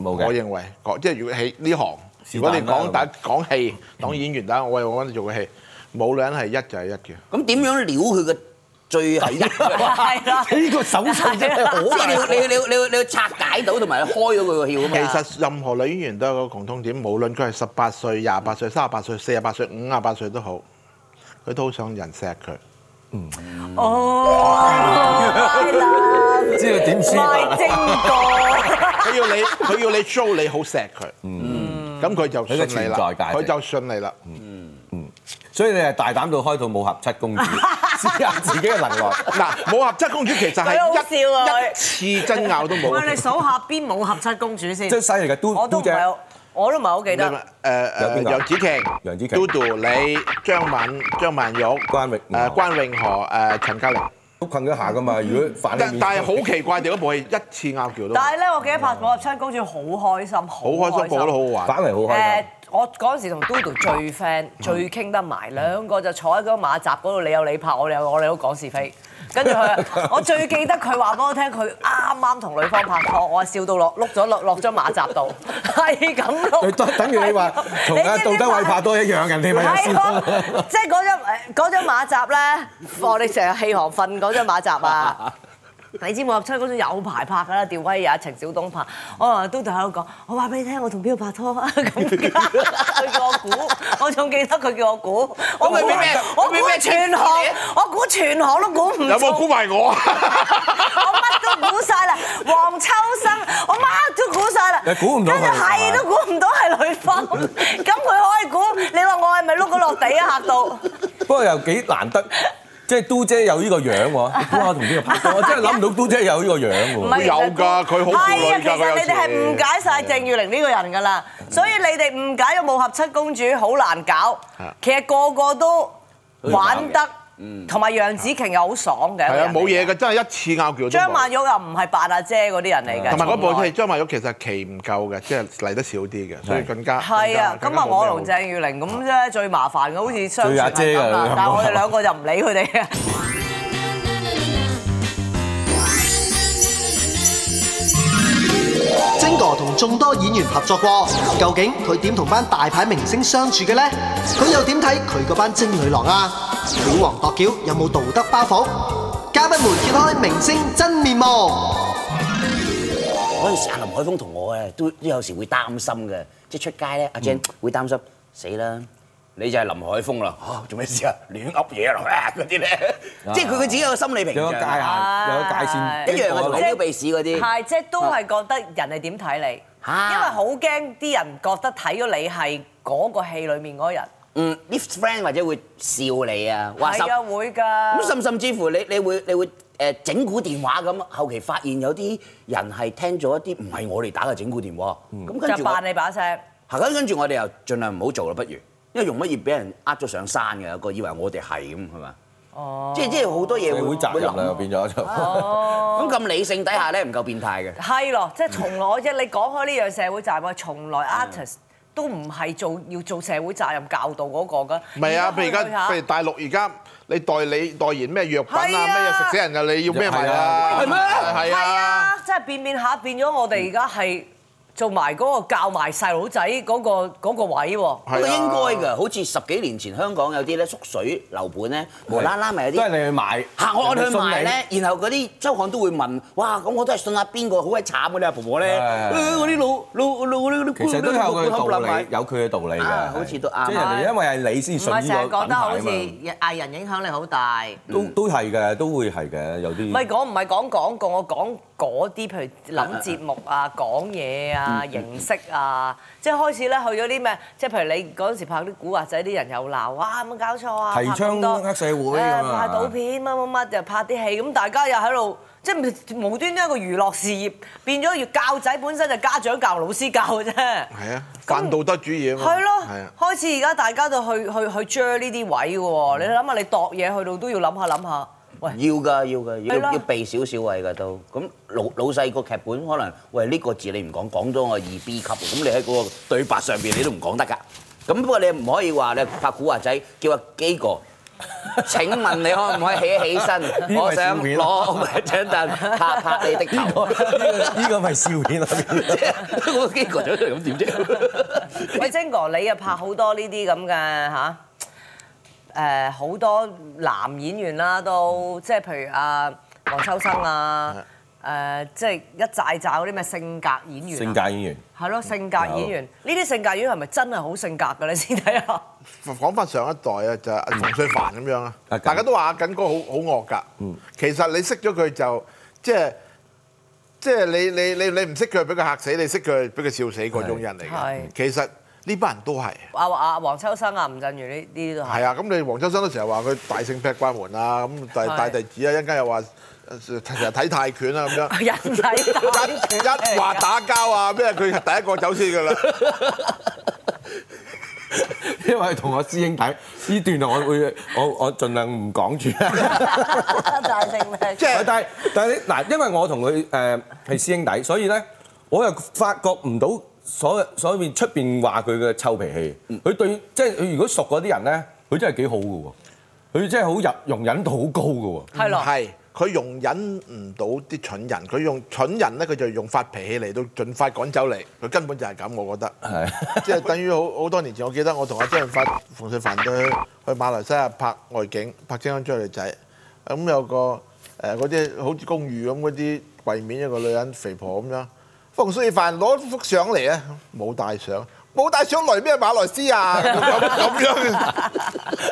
[SPEAKER 2] 冇
[SPEAKER 4] 我
[SPEAKER 2] 嘅。
[SPEAKER 4] 認為講即係如果喺呢行，
[SPEAKER 2] 是
[SPEAKER 4] 如果你
[SPEAKER 2] 但啦
[SPEAKER 4] 講打講戲，當演員打，我係我揾你做個戲，冇女人係一就係一嘅。
[SPEAKER 5] 咁點
[SPEAKER 2] *laughs*
[SPEAKER 5] 樣撩佢嘅最係一？
[SPEAKER 1] 係
[SPEAKER 4] *laughs*
[SPEAKER 1] 啦。
[SPEAKER 2] 呢個手勢真係
[SPEAKER 5] 即
[SPEAKER 2] 好
[SPEAKER 5] 係你要 *laughs*
[SPEAKER 2] 大。
[SPEAKER 5] 你要你要你要你要拆解到同埋開咗佢個竅啊
[SPEAKER 4] 其
[SPEAKER 5] 嘛。
[SPEAKER 4] 實任何女演員都有個共通點，無論佢係十八歲、廿八歲、三十八歲、四十八歲、五十八歲都好，佢都好想人錫佢。
[SPEAKER 1] 哦。
[SPEAKER 2] 知道點輸啊法
[SPEAKER 1] 賣
[SPEAKER 2] 啦
[SPEAKER 1] 精過。
[SPEAKER 4] 佢要你，佢要你 show 你好錫佢。嗯，咁佢就
[SPEAKER 2] 佢嘅
[SPEAKER 4] 信你啦，
[SPEAKER 2] 存在價值
[SPEAKER 4] 佢就信你啦。
[SPEAKER 2] 所以你係大膽到開套武俠七公主，試下自己嘅能耐。
[SPEAKER 4] *laughs* 嗱，武俠七公主其實係
[SPEAKER 1] 佢好笑啊佢
[SPEAKER 4] 一一次爭拗都冇
[SPEAKER 1] 喂，。啊你數下邊冇合七公主先
[SPEAKER 2] 真係。犀利嘅，都
[SPEAKER 1] 我都
[SPEAKER 2] 都
[SPEAKER 1] 唔
[SPEAKER 2] 隻
[SPEAKER 1] 係好，我都唔係好記
[SPEAKER 4] 誒
[SPEAKER 1] 得。
[SPEAKER 4] 誒
[SPEAKER 2] 有邊個
[SPEAKER 4] 楊紫瓊、
[SPEAKER 2] 楊紫瓊
[SPEAKER 4] Dodo、你、張敏、張曼玉、
[SPEAKER 2] 關詠
[SPEAKER 4] 誒關詠荷、誒陳嘉玲，
[SPEAKER 2] 都困咗下噶嘛。如果反你
[SPEAKER 4] 但
[SPEAKER 2] 面
[SPEAKER 4] 但係好奇怪，哋嗰部戲一次拗撬都冇
[SPEAKER 1] 但係咧，我記得拍《武俠七公主》好開心，好
[SPEAKER 4] 好開心，部都好好玩。
[SPEAKER 2] 反為好開嗯
[SPEAKER 1] 誒
[SPEAKER 2] 心。，
[SPEAKER 1] 我嗰陣時同 Dodo 最 friend，最傾得埋，兩個就坐喺嗰個馬閘嗰度，你有你拍，我有我哋都講是非。跟住
[SPEAKER 2] *laughs*
[SPEAKER 1] 佢，我最記得佢話俾我聽，佢啱啱同女方拍拖，我笑到落碌咗落落咗馬閘度， *laughs* 係咁
[SPEAKER 2] 佢
[SPEAKER 1] 碌。
[SPEAKER 2] 等等於你話同阿
[SPEAKER 1] 你知唔
[SPEAKER 2] 杜
[SPEAKER 1] 知
[SPEAKER 2] 德偉拍多一樣，人哋咪有
[SPEAKER 1] 係咯
[SPEAKER 2] 先。，
[SPEAKER 1] 即係嗰張誒嗰張馬閘咧，我哋成日戲行瞓嗰張馬閘
[SPEAKER 2] *laughs*
[SPEAKER 1] 啊。你知我入出嗰種有排拍㗎啦，吊威也、程小東拍，我都同喺度講，我話俾你聽，我同邊個拍拖
[SPEAKER 2] *laughs*
[SPEAKER 1] 啊咁㗎，佢叫我估，我仲記得佢叫我估，我估
[SPEAKER 5] 咁你俾咩
[SPEAKER 1] 我
[SPEAKER 5] 你俾咩
[SPEAKER 1] 估全行
[SPEAKER 5] 出現，
[SPEAKER 1] 我估全行都估唔
[SPEAKER 4] 有冇
[SPEAKER 1] 中
[SPEAKER 4] 估。埋我
[SPEAKER 1] *laughs* 我乜都估晒啦，黃秋生，我乜都估晒啦，
[SPEAKER 2] 你估唔到佢
[SPEAKER 1] 跟住係都估唔到係女
[SPEAKER 4] *laughs*
[SPEAKER 1] 方，咁佢可以估，你話我係咪碌咗落地啊嚇到？
[SPEAKER 2] 不過又幾難得，即係都姐有呢
[SPEAKER 1] *laughs*
[SPEAKER 2] 個樣喎。你估下我同邊個拍拖？我真係諗唔到都姐有呢個樣
[SPEAKER 1] 唔
[SPEAKER 2] 喎。
[SPEAKER 1] 係
[SPEAKER 4] 有㗎佢好
[SPEAKER 1] 係
[SPEAKER 4] 顧慮㗎
[SPEAKER 1] 啊，其實你哋係
[SPEAKER 4] 佢有時
[SPEAKER 1] 誤解晒鄭裕玲呢個人㗎啦，所以你哋誤解咗武俠七公主好難搞
[SPEAKER 4] 啊。
[SPEAKER 1] 其實個個都玩得，同埋楊紫瓊又好爽嘅。
[SPEAKER 4] 係啊，
[SPEAKER 1] 個人嚟
[SPEAKER 4] 冇嘢。嘅，真係一次拗撬都冇。
[SPEAKER 1] 張曼玉又唔係扮阿姐嗰啲人嚟嘅。
[SPEAKER 4] 同埋嗰部
[SPEAKER 1] 從
[SPEAKER 4] 戲
[SPEAKER 1] 來
[SPEAKER 4] 張曼玉其實期唔夠嘅，即係嚟得少啲嘅，所以更加
[SPEAKER 1] 係啊，
[SPEAKER 4] 更
[SPEAKER 1] 咁啊，
[SPEAKER 4] 加更加冇
[SPEAKER 1] 我同
[SPEAKER 4] 咩好哦
[SPEAKER 1] 鄭裕玲咁啫，最麻煩嘅好似相處
[SPEAKER 2] 最阿
[SPEAKER 1] 係
[SPEAKER 2] 姐㗎
[SPEAKER 1] 咁啦
[SPEAKER 4] 啊
[SPEAKER 2] 兩個
[SPEAKER 1] 但係我哋兩個就唔理佢
[SPEAKER 4] *laughs*
[SPEAKER 1] 哋啊。
[SPEAKER 3] 晶哥同眾多演員合作過，究竟佢點同班大牌明星相處嘅呢？佢又點睇佢嗰班精女郎啊？小王度橋有冇道德包袱？嘉賓們揭開明星真面目。
[SPEAKER 5] 嗰陣時阿林海峰同我咧都都有時會擔心嘅，即係出街咧，阿 Jane 會擔心死啦。你就係林海峰啦，嚇做咩事啊？ *laughs* 亂噏嘢啦嗰啲咧，即係佢佢自己有個心理屏
[SPEAKER 2] 有個界限，
[SPEAKER 5] 障，
[SPEAKER 2] 有個界線。
[SPEAKER 5] 一樣啊，同你
[SPEAKER 1] 即係
[SPEAKER 5] 撩鼻屎嗰啲，
[SPEAKER 1] 係，即係都係覺得人哋點睇你，
[SPEAKER 5] *laughs* 啊
[SPEAKER 1] 因為好驚啲人覺得睇咗你係嗰個戲裡面嗰個人，
[SPEAKER 5] 嗯，啲 friend 或者會笑你啊，話
[SPEAKER 1] 係啊會
[SPEAKER 5] 咁
[SPEAKER 1] 㗎。
[SPEAKER 5] 甚甚至乎你你會你會誒整蠱電話咁，後期發現有啲人係聽咗一啲唔係我哋打嘅整蠱電話，
[SPEAKER 2] 嗯
[SPEAKER 5] 咁跟住
[SPEAKER 1] 就
[SPEAKER 5] 我
[SPEAKER 1] 扮你把聲，
[SPEAKER 5] 係咁跟住我哋又盡量唔好做啦，不如，因為容乜易俾人呃咗上山嘅，有個以為我哋係咁係嘛？哦，即係即係好多嘢
[SPEAKER 2] 社
[SPEAKER 5] 會
[SPEAKER 2] 會責
[SPEAKER 5] 會
[SPEAKER 2] 任啦，
[SPEAKER 5] 諗。
[SPEAKER 2] 變咗就。
[SPEAKER 5] 咁咁理性底下咧，唔夠變
[SPEAKER 2] 啊
[SPEAKER 5] 態嘅。
[SPEAKER 1] 係咯，即係從來即係你講開呢樣社會責任，從來 artist 都唔係做要做社會責任教導嗰個㗎。
[SPEAKER 4] 唔係啊，譬如而
[SPEAKER 1] 去
[SPEAKER 4] 家
[SPEAKER 1] 下
[SPEAKER 4] 譬如大陸而家你代理代言咩藥品啊，
[SPEAKER 1] 係啊
[SPEAKER 4] 咩嘢食死人啊，你要咩埋啊？
[SPEAKER 2] 係咩
[SPEAKER 4] 係
[SPEAKER 1] 係
[SPEAKER 4] 啊。
[SPEAKER 1] 啊，即係變變下變咗，我哋而家係做埋嗰個教埋細路仔嗰個嗰個位喎。
[SPEAKER 5] 不過應該㗎，好似十幾年前香港有啲咧縮水樓盤咧，無啦啦咪有啲
[SPEAKER 2] 都係你去買，
[SPEAKER 5] 嚇我我
[SPEAKER 2] 人哋
[SPEAKER 5] 去
[SPEAKER 2] 送你
[SPEAKER 5] 買咧，然後嗰啲周刊都會問，哇咁我都係信下邊個好鬼慘嗰啲阿婆婆
[SPEAKER 2] 係
[SPEAKER 5] 咧，
[SPEAKER 2] 係係
[SPEAKER 5] 誒嗰啲老老老嗰啲
[SPEAKER 2] 其實都有佢嘅道理，有佢嘅道理
[SPEAKER 5] 啊
[SPEAKER 2] 㗎。
[SPEAKER 5] 好似都啱
[SPEAKER 2] 即係人哋因為係你先
[SPEAKER 1] 唔
[SPEAKER 2] 信
[SPEAKER 1] 係成
[SPEAKER 2] 呢
[SPEAKER 1] 日
[SPEAKER 2] 個
[SPEAKER 1] 覺
[SPEAKER 2] 品
[SPEAKER 1] 得
[SPEAKER 2] 牌啊
[SPEAKER 1] 好似
[SPEAKER 2] 嘛。
[SPEAKER 1] 藝人影響力好大。
[SPEAKER 2] 都都係嘅，都會係嘅，有啲。
[SPEAKER 1] 唔係講唔係講廣告，我講嗰啲譬如諗節目
[SPEAKER 2] 嗯
[SPEAKER 1] 啊、講嘢啊、形式啊，即係開始咧去咗啲咩？即係譬如你嗰陣時拍啲古惑仔，啲人又鬧，哇有冇搞錯啊！
[SPEAKER 2] 提倡黑社會咁
[SPEAKER 1] 誒
[SPEAKER 2] 啊
[SPEAKER 1] 拍賭片乜乜乜，又拍啲戲，咁大家又喺度。即係無端端一個娛樂事業變咗，要教仔本身就家長教、老師教嘅啫。
[SPEAKER 4] 係啊，反道德主
[SPEAKER 2] 嗯
[SPEAKER 4] 義啊嘛。
[SPEAKER 1] 係咯
[SPEAKER 4] 係啊，，
[SPEAKER 1] 開始而家大家就去去去 j 呢啲位嘅喎。你諗下，你度嘢去到都要諗下諗下，喂
[SPEAKER 5] 要㗎要㗎，
[SPEAKER 1] 係咯
[SPEAKER 5] 要要避少少位㗎都。咁老老細個劇本可能喂呢個字你唔講，講咗我二 B 級，咁你喺嗰個對白上邊你都唔講得㗎。咁不過你唔可以話你拍古惑仔叫阿基哥。請問你可唔可以起一起身？
[SPEAKER 2] 呢個係
[SPEAKER 5] 我想
[SPEAKER 2] 笑片啊
[SPEAKER 5] 攞獎凳拍拍你的頭。
[SPEAKER 2] 呢個咪笑片咯。
[SPEAKER 5] 我基哥咗出嚟咁點
[SPEAKER 1] *laughs*
[SPEAKER 5] 啫？
[SPEAKER 1] 喂，晶哥，你又拍好多呢啲咁嘅嚇，誒好、多男演員啦，都即係譬如啊黃秋生啊，誒、即係一寨罩嗰啲咩性格演員啊，
[SPEAKER 2] 性格演員，
[SPEAKER 1] 係咯，性格演員呢啲性格演員係咪真係好性格嘅咧？先睇
[SPEAKER 4] *laughs*
[SPEAKER 1] 下，
[SPEAKER 4] 講翻上一代啊，就係阿馮淬帆咁樣啊
[SPEAKER 2] 阿，瑾
[SPEAKER 4] 大家都話阿嗯瑾哥好好惡㗎。其實你識咗佢就即係即係你你你你唔識佢，俾佢嚇死；你識佢，俾佢笑死嗰種人嚟
[SPEAKER 1] 係
[SPEAKER 4] 嘅。其實呢班人都係。
[SPEAKER 1] 阿阿黃秋生啊、吳鎮宇呢呢啲都
[SPEAKER 4] 係
[SPEAKER 1] 係。
[SPEAKER 4] 啊，咁你黃秋生都成日話佢大聖劈關門啊，咁大
[SPEAKER 1] 係
[SPEAKER 4] 大弟子啊，一陣間又話誒成日睇泰拳啊咁
[SPEAKER 1] *laughs*
[SPEAKER 4] 樣。
[SPEAKER 1] 人體打
[SPEAKER 4] 一
[SPEAKER 1] *laughs*
[SPEAKER 4] 一話打交啊咩，佢係第一個走先㗎啦。
[SPEAKER 2] 因為同我師兄睇呢段，我會我我盡量唔講住。
[SPEAKER 1] 大聲咧，
[SPEAKER 4] 即
[SPEAKER 2] *laughs*
[SPEAKER 4] 係
[SPEAKER 2] 但係但係你嗱，因為我同佢誒係師兄弟，所以咧我又發覺唔到所所面出邊話佢嘅臭脾氣。佢對即係佢如果熟嗰啲人咧，佢真係幾好嘅喎。佢真係好入容忍度好高嘅喎。
[SPEAKER 1] *laughs* 係咯，
[SPEAKER 4] 係佢容忍唔到啲蠢人，佢用蠢人咧，佢就用發脾氣嚟到盡快趕走你。佢根本就係咁，我覺得。
[SPEAKER 2] 係
[SPEAKER 4] *laughs* 即係等於好好多年前，我記得我同阿周潤發、馮淬帆去去馬來西亞拍外景，拍《青春追女仔》。咁有個誒嗰啲好似公寓咁嗰啲櫃面，有個女人肥婆咁樣。馮淬帆攞幅相嚟啊，冇帶相，冇帶相嚟咩馬來西亞咁咁樣。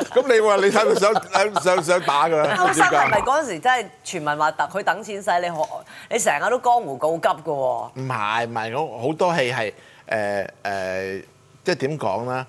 [SPEAKER 4] 咁你話你睇佢想想想打㗎
[SPEAKER 1] *laughs*
[SPEAKER 4] 啦？
[SPEAKER 1] 秋生
[SPEAKER 4] 點解
[SPEAKER 1] 係咪嗰陣時真係傳聞話特佢等錢使，你學你成日都江湖告急嘅喎？
[SPEAKER 4] 唔係唔係，我好多戲係誒誒，即係點講啦？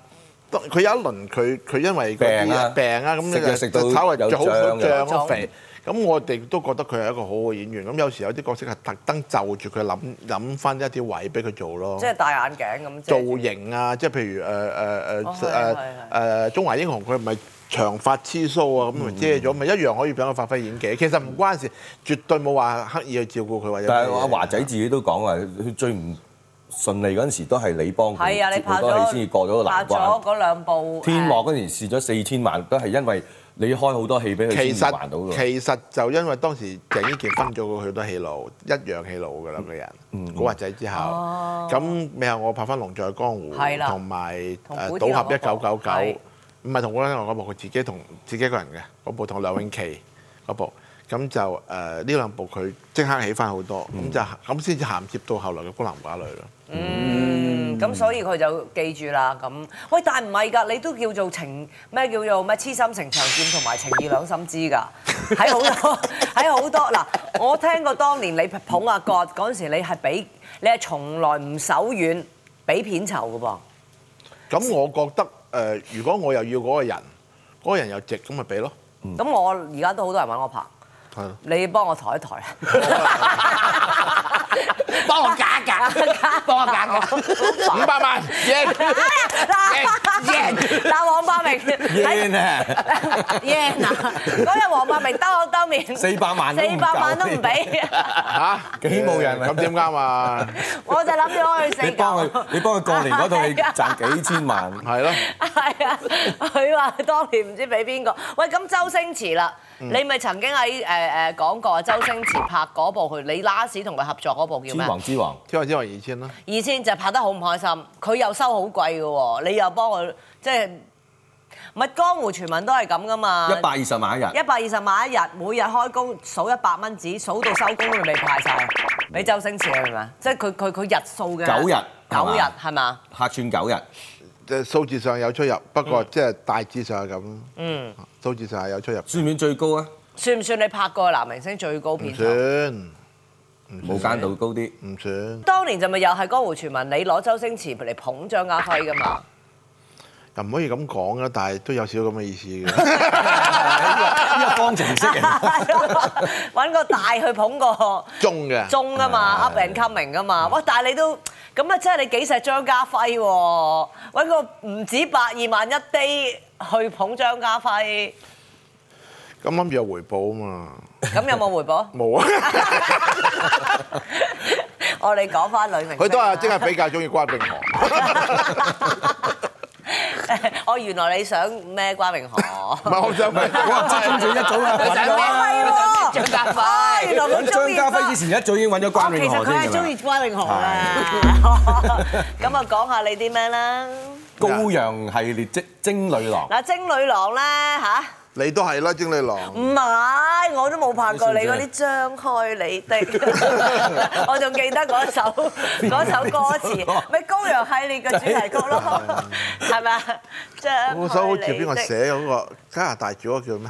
[SPEAKER 4] 當佢有一輪佢佢因為嗰啲
[SPEAKER 2] 病啊
[SPEAKER 4] 病啊，咁
[SPEAKER 2] 食
[SPEAKER 4] 你
[SPEAKER 2] 藥食到
[SPEAKER 4] 就稍微
[SPEAKER 2] 有
[SPEAKER 4] 就好
[SPEAKER 2] 脹
[SPEAKER 4] 好
[SPEAKER 2] 嘅
[SPEAKER 4] 脹好肥。咁我哋都覺得佢係一個好好嘅演員。咁有時有啲角色係特登就住佢諗諗翻一啲位俾佢做咯
[SPEAKER 1] 即。係戴眼鏡咁。即
[SPEAKER 4] 造
[SPEAKER 1] 係
[SPEAKER 4] 型啊，即係譬如誒
[SPEAKER 1] 哦
[SPEAKER 4] 誒
[SPEAKER 1] 係
[SPEAKER 4] 誒
[SPEAKER 1] 係
[SPEAKER 4] 誒誒呃中華英雄佢咪長髮黐須啊，咁
[SPEAKER 2] 嗯
[SPEAKER 4] 咪遮咗，咪一樣可以俾佢發揮演技。其實唔關事，絕對冇話刻意去照顧佢或者乜嘢。
[SPEAKER 2] *laughs* 但係阿華仔自己都講話，佢最唔順利嗰陣時都係你幫
[SPEAKER 1] 係啊，你
[SPEAKER 2] 佢
[SPEAKER 1] 拍
[SPEAKER 2] 好多戲
[SPEAKER 1] 咗
[SPEAKER 2] 先至過咗個難
[SPEAKER 1] 拍咗
[SPEAKER 2] 關。
[SPEAKER 1] 嗰兩部
[SPEAKER 2] 天幕
[SPEAKER 1] 誒
[SPEAKER 2] 嗰陣時蝕咗四千萬，都係因為你開好多戲俾佢先
[SPEAKER 4] 其
[SPEAKER 2] 至還到
[SPEAKER 4] 實
[SPEAKER 2] 㗎。
[SPEAKER 4] 其實就因為當時鄭伊健分咗佢好多戲路，一樣戲路㗎啦個
[SPEAKER 2] 嗯
[SPEAKER 4] 人，古惑仔之後，咁你後我拍翻《龍在江湖
[SPEAKER 1] 哦係》啦
[SPEAKER 4] 同埋誒
[SPEAKER 1] 同古
[SPEAKER 4] 《
[SPEAKER 1] 天
[SPEAKER 4] 賭
[SPEAKER 1] 樂
[SPEAKER 4] 俠一
[SPEAKER 1] 嗰
[SPEAKER 4] 九
[SPEAKER 1] 部
[SPEAKER 4] 九九
[SPEAKER 1] 係》，
[SPEAKER 4] 唔係同古天樂嗰部，佢自己同自己一個人嘅嗰部，同梁詠琪嗰部。咁就誒呢兩部佢即刻起翻好多，咁
[SPEAKER 2] 嗯
[SPEAKER 4] 就咁先至銜接到後來嘅孤男寡女咯。
[SPEAKER 1] 嗯咁，所以佢就記住啦。咁喂，但係唔係㗎？你都叫做情咩叫做咩痴心情長劍同埋情義兩心知㗎？喺好多喺好多嗱，我聽過當年你捧阿葛嗰陣時，你係俾你係從來唔手軟俾片酬㗎噃。
[SPEAKER 4] 咁我覺得誒、呃如果我又要嗰個人，嗰、個人又值，咁咪俾咯。
[SPEAKER 1] 咁我而家都好多人揾我拍，
[SPEAKER 4] 係咯
[SPEAKER 1] 你幫我抬一抬啦。
[SPEAKER 5] 幫我夾一夾，幫我夾一夾。
[SPEAKER 4] 五百萬，耶！
[SPEAKER 1] 嗱，嗱，黃百鳴喺
[SPEAKER 2] yen 啊，
[SPEAKER 1] *laughs* yen 啊！嗰日黃百鳴兜我兜
[SPEAKER 2] *laughs*
[SPEAKER 1] 面，四
[SPEAKER 2] 400萬都唔夠
[SPEAKER 1] 百萬都唔
[SPEAKER 2] *laughs*
[SPEAKER 1] 俾，
[SPEAKER 4] 嚇，
[SPEAKER 2] 幾冇人啊
[SPEAKER 4] 咁點啱啊？
[SPEAKER 1] 我就諗住我去死
[SPEAKER 2] 你幫
[SPEAKER 1] 嚿啊
[SPEAKER 2] 佢。，你幫佢過年嗰
[SPEAKER 1] *laughs*
[SPEAKER 2] 套戲賺幾千萬。
[SPEAKER 4] 係咯，
[SPEAKER 1] 係啊，佢話當年唔知俾邊個。喂，咁周星馳啦，
[SPEAKER 2] 嗯
[SPEAKER 1] 你咪曾經喺誒誒講過周星馳拍嗰部佢你 last 同佢合作嗰部叫
[SPEAKER 2] 之
[SPEAKER 1] 咩？
[SPEAKER 2] 王之王，
[SPEAKER 4] 天王之王二千啦，
[SPEAKER 1] 二千就拍得好唔開心，佢又收好貴嘅喎，你又幫佢即係，咪江湖傳聞都係咁噶嘛？
[SPEAKER 2] 一百二十萬一日。
[SPEAKER 1] 哦一百二十萬一日，每日開工數一百蚊紙，數到收工都未派晒，俾周星馳啊，明嘛？即係佢佢佢日數嘅
[SPEAKER 2] 九日係
[SPEAKER 1] 九
[SPEAKER 2] 嘛
[SPEAKER 1] 日係嘛？
[SPEAKER 2] 客串九日，
[SPEAKER 4] 即係數字上有出入，不過即係大致上係咁。
[SPEAKER 1] 嗯，
[SPEAKER 4] 數字上係有出入，唔
[SPEAKER 2] 算唔算最高啊？
[SPEAKER 1] 算唔算你拍過嘅男明星最高片酬？
[SPEAKER 4] 算，
[SPEAKER 2] 冇間道高啲，
[SPEAKER 4] 唔算，
[SPEAKER 1] 當年就咪又係江湖傳聞，你攞周星馳嚟捧張家輝噶嘛？
[SPEAKER 4] 又唔可以咁講啦，但係都有少少咁嘅意思嘅。
[SPEAKER 2] 呢個方程
[SPEAKER 1] *laughs*
[SPEAKER 2] 式啊嚟。
[SPEAKER 1] 揾個大去捧個
[SPEAKER 4] 中嘅，
[SPEAKER 1] 中啊嘛，up and coming 啊嘛。哇！但係你都咁啊，即係你幾錫張家輝喎？揾個唔止百二萬一 day 去捧張家輝，
[SPEAKER 4] 咁諗住有回報啊嘛，
[SPEAKER 1] 咁有冇回報？
[SPEAKER 4] 冇啊！
[SPEAKER 1] 我哋講翻女明星
[SPEAKER 4] *laughs*
[SPEAKER 1] 啊
[SPEAKER 4] 佢都
[SPEAKER 1] 啦 *laughs*
[SPEAKER 4] 係即刻比較中意關定航，
[SPEAKER 1] 我哦原來你想咩關榮河？
[SPEAKER 4] 唔係我想問，
[SPEAKER 2] 我知中咗一早啦，揾咗啦。
[SPEAKER 1] 張家輝，原來佢
[SPEAKER 2] 揾
[SPEAKER 1] 中
[SPEAKER 2] 張
[SPEAKER 1] 意啊
[SPEAKER 2] 家輝以前一早已經揾咗關
[SPEAKER 1] 哦，
[SPEAKER 2] 詠
[SPEAKER 1] 其實
[SPEAKER 2] 荷
[SPEAKER 1] 佢
[SPEAKER 2] 先
[SPEAKER 1] 係
[SPEAKER 2] 㗎
[SPEAKER 1] 中意
[SPEAKER 2] 啦。
[SPEAKER 1] 關榮河啊。 *laughs* 咁啊，講下你啲咩啦？
[SPEAKER 2] 羔羊系列精精女郎，
[SPEAKER 1] 嗱，精女郎咧嚇，
[SPEAKER 4] 你都係啦，經理郎。
[SPEAKER 1] 唔係我都冇拍過你嗰啲張開你
[SPEAKER 4] *laughs*
[SPEAKER 1] 的，我仲記得嗰首嗰首歌詞，咪羔羊系列嘅主題曲
[SPEAKER 4] *laughs*
[SPEAKER 1] 咯，係咪啊？張
[SPEAKER 4] 嗰首好似
[SPEAKER 1] 開你
[SPEAKER 4] 邊個
[SPEAKER 1] 的。
[SPEAKER 4] 寫嗰個加拿大住嗰個叫咩？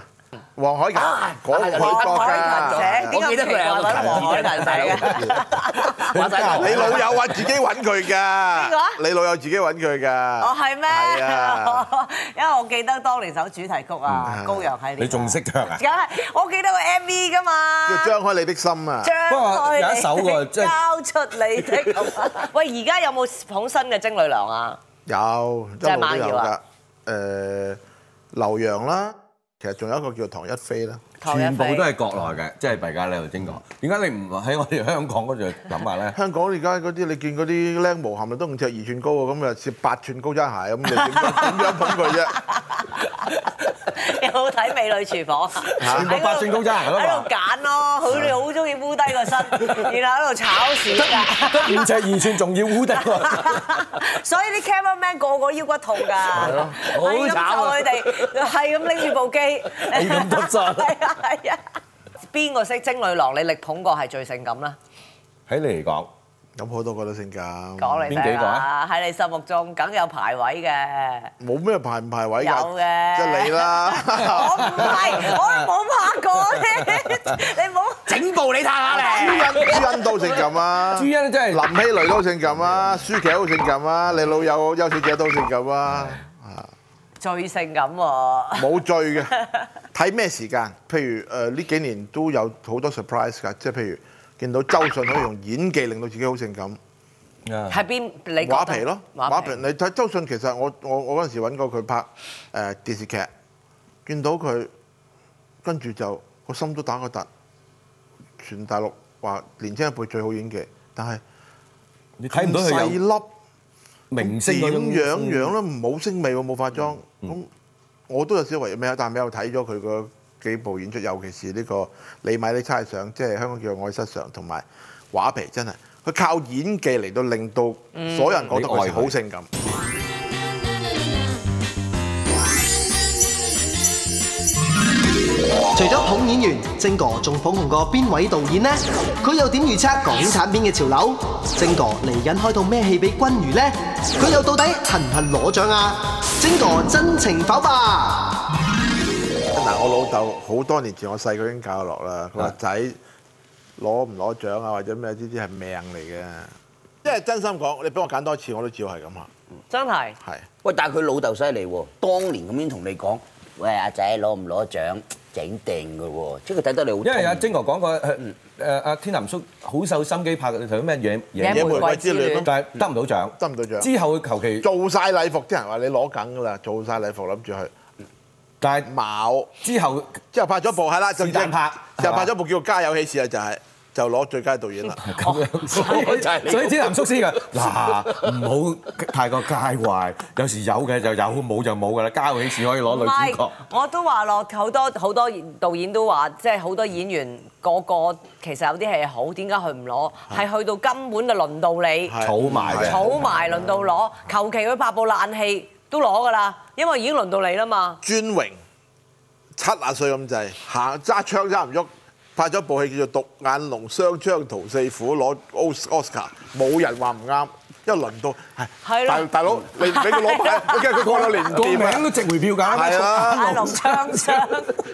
[SPEAKER 4] 黃海芹嗰個
[SPEAKER 1] 黃
[SPEAKER 4] 國
[SPEAKER 1] 海
[SPEAKER 4] 家
[SPEAKER 1] 芹寫，
[SPEAKER 5] 我記得佢係
[SPEAKER 1] 點解黃海芹
[SPEAKER 4] *laughs*
[SPEAKER 1] 寫
[SPEAKER 5] 話晒
[SPEAKER 4] 你老友啊自己揾佢
[SPEAKER 1] 個啊
[SPEAKER 4] 㗎，你老友自己揾佢㗎。
[SPEAKER 1] 哦，係咩
[SPEAKER 4] 係
[SPEAKER 1] Ờ,
[SPEAKER 4] 啊？？
[SPEAKER 1] *laughs* 因為我記得當年首主題曲啊，《羔羊系列》。
[SPEAKER 2] 你仲識唱啊
[SPEAKER 1] 梗？係，我記得個 MV 噶嘛。
[SPEAKER 4] 叫張開你的心啊！
[SPEAKER 1] 張
[SPEAKER 2] 不過有一首喎
[SPEAKER 1] *laughs* 開你
[SPEAKER 2] 即係
[SPEAKER 1] 交出你的
[SPEAKER 2] *laughs*
[SPEAKER 1] 咁啊。喂，而家有冇捧新嘅精女郎啊？
[SPEAKER 4] Dạ, 有一
[SPEAKER 1] 就係
[SPEAKER 4] 路
[SPEAKER 1] 馬
[SPEAKER 4] 都有
[SPEAKER 1] 瑤
[SPEAKER 4] 㗎
[SPEAKER 1] 啊。
[SPEAKER 4] 誒，劉洋啦，其實仲有一個叫唐一菲啦。
[SPEAKER 1] 唐一哦
[SPEAKER 2] 全部
[SPEAKER 1] 菲
[SPEAKER 2] 都係國內嘅，即係弊家你頭先講。點解你唔喺我哋香港嗰度諗下咧？
[SPEAKER 4] 香港而家嗰啲你見嗰啲僆模係咪都五尺二寸高啊？咁啊，攝八寸高踭鞋咁，你點樣點樣捧佢啫？
[SPEAKER 1] *laughs* 有冇睇《美女廚房》啊？
[SPEAKER 2] 全部八寸高踭鞋啊嘛
[SPEAKER 1] 喺度揀咯，佢哋好中意烏低個身，
[SPEAKER 2] *laughs*
[SPEAKER 1] 然後喺度炒屎㗎。
[SPEAKER 2] 五尺二寸仲要污得 *laughs* 喎，
[SPEAKER 1] *laughs* 所以啲 cameraman 個個腰骨痛㗎，好
[SPEAKER 5] 好慘啊
[SPEAKER 1] 佢哋係咁拎住部機，係
[SPEAKER 2] 係咁得罪
[SPEAKER 1] *laughs* 係啊係啊。邊個識精女郎？你力捧過係最性感啦，
[SPEAKER 2] 喺你嚟講。
[SPEAKER 4] 有好多個都性感。
[SPEAKER 1] 講你
[SPEAKER 2] 邊幾
[SPEAKER 1] 聽
[SPEAKER 2] 個
[SPEAKER 1] 啊！
[SPEAKER 2] 啊
[SPEAKER 1] 喺你心目中梗有排位嘅。
[SPEAKER 4] 冇咩排唔排位㗎，
[SPEAKER 1] 有嘅
[SPEAKER 4] 即係你
[SPEAKER 1] 我
[SPEAKER 4] 啦。
[SPEAKER 1] 唔係，我冇拍過 *laughs* 咧。你冇
[SPEAKER 5] 整部你睇下
[SPEAKER 4] 朱
[SPEAKER 5] 咧。
[SPEAKER 4] 茵朱茵都性感啊，
[SPEAKER 2] 朱茵真係
[SPEAKER 4] 林希蕾都性感啊，舒淇都性感啊，你老友邱小姐都性感啊，
[SPEAKER 1] 最性感喎，
[SPEAKER 4] 冇醉嘅。睇咩時間？譬如誒呢幾年都有好多 surprise 㗎，即係譬如見到周迅可以用演技令到自己好性感，
[SPEAKER 2] 啊
[SPEAKER 1] 係邊你覺得
[SPEAKER 4] 畫皮咯，畫皮。你睇周迅其實我我我嗰陣時揾過佢拍誒電視劇，見到佢跟住就個心都打個突。全大陸話年青一輩最好演技，但係
[SPEAKER 2] 你睇唔到佢有
[SPEAKER 4] 細粒。
[SPEAKER 2] 明
[SPEAKER 4] 點
[SPEAKER 2] 星嗰種嗯
[SPEAKER 4] 樣樣咧？冇星味喎，冇化妝。咁我都有少為咩啊？但係我有睇咗佢個幾部演出，尤其是呢個《你買你猜想》，即係香港叫《愛失常》同埋《畫皮》，真係佢靠演技嚟到令到
[SPEAKER 2] 嗯
[SPEAKER 4] 所有人覺得佢好性感。
[SPEAKER 3] 除咗捧演員，晶哥仲捧紅過邊位導演呢？佢又點預測港產片嘅潮流？晶哥嚟緊開套咩戲俾君如呢？佢又到底痕唔痕攞獎啊？晶哥真情否吧？
[SPEAKER 4] 嗱，我老豆好多年前，我細個已經教落啦。佢話
[SPEAKER 2] 啊
[SPEAKER 4] 仔攞唔攞獎啊，或者咩呢啲係命嚟嘅。即係真心講，你俾我揀多次，我都照係咁啊。
[SPEAKER 1] 真係
[SPEAKER 4] 係
[SPEAKER 5] 喂，但係佢老豆犀利喎，當年咁樣同你講，喂阿仔攞唔攞獎整定嘅喎，即係佢睇得你好痛。
[SPEAKER 2] 因為阿晶哥講過誒誒阿天南叔好受心機拍嘅，佢咩嘢
[SPEAKER 1] 野
[SPEAKER 4] 野
[SPEAKER 1] 玫
[SPEAKER 4] 玫
[SPEAKER 1] 瑰
[SPEAKER 4] 瑰
[SPEAKER 1] 之
[SPEAKER 4] 之
[SPEAKER 1] 戀
[SPEAKER 4] 戀
[SPEAKER 1] 咯
[SPEAKER 4] 咯。
[SPEAKER 2] 但係得唔到獎，
[SPEAKER 4] 得唔到獎
[SPEAKER 2] 之後佢求其，
[SPEAKER 4] 做晒禮服，啲人話你攞緊㗎啦，做晒禮服諗住去
[SPEAKER 2] 但係
[SPEAKER 4] 冇。
[SPEAKER 2] 之後
[SPEAKER 4] 之後拍咗部係啦，就是
[SPEAKER 2] 但拍
[SPEAKER 4] 就拍咗部叫《家有喜事》啊，就係就攞最佳導演
[SPEAKER 2] *laughs*
[SPEAKER 4] 啦。
[SPEAKER 2] 咁樣，所
[SPEAKER 5] 就係
[SPEAKER 2] 以
[SPEAKER 5] 你
[SPEAKER 2] 所以天南叔先嘅嗱，唔好太過介懷，有時有嘅就有，冇就冇㗎啦。家有喜事可以攞
[SPEAKER 1] 唔
[SPEAKER 2] 女主
[SPEAKER 1] 係
[SPEAKER 2] 角，，
[SPEAKER 1] 我都話落好多好多導演都話，即係好多演員個個其實有啲戲好，點解佢唔攞？係去到根本就輪到你，
[SPEAKER 4] 係
[SPEAKER 2] 儲埋嘅
[SPEAKER 1] 儲埋輪到攞，求其佢拍部爛戲都攞㗎啦，因為已經輪到你啦嘛。
[SPEAKER 4] 尊榮七啊歲咁滯，行揸槍揸唔喐，拍咗部戲叫做《獨眼龍雙槍屠四虎》，攞 Os- Oscar，冇人話唔啱，因為輪到
[SPEAKER 1] 係
[SPEAKER 4] 係
[SPEAKER 1] 咯
[SPEAKER 4] 大大佬，你俾佢攞
[SPEAKER 1] *laughs*
[SPEAKER 4] 牌，你驚佢過兩年唔
[SPEAKER 2] 個
[SPEAKER 4] 掂
[SPEAKER 2] 名
[SPEAKER 4] 啊？
[SPEAKER 2] 都值回票價
[SPEAKER 4] 係啦，
[SPEAKER 1] 啊阿龍槍槍。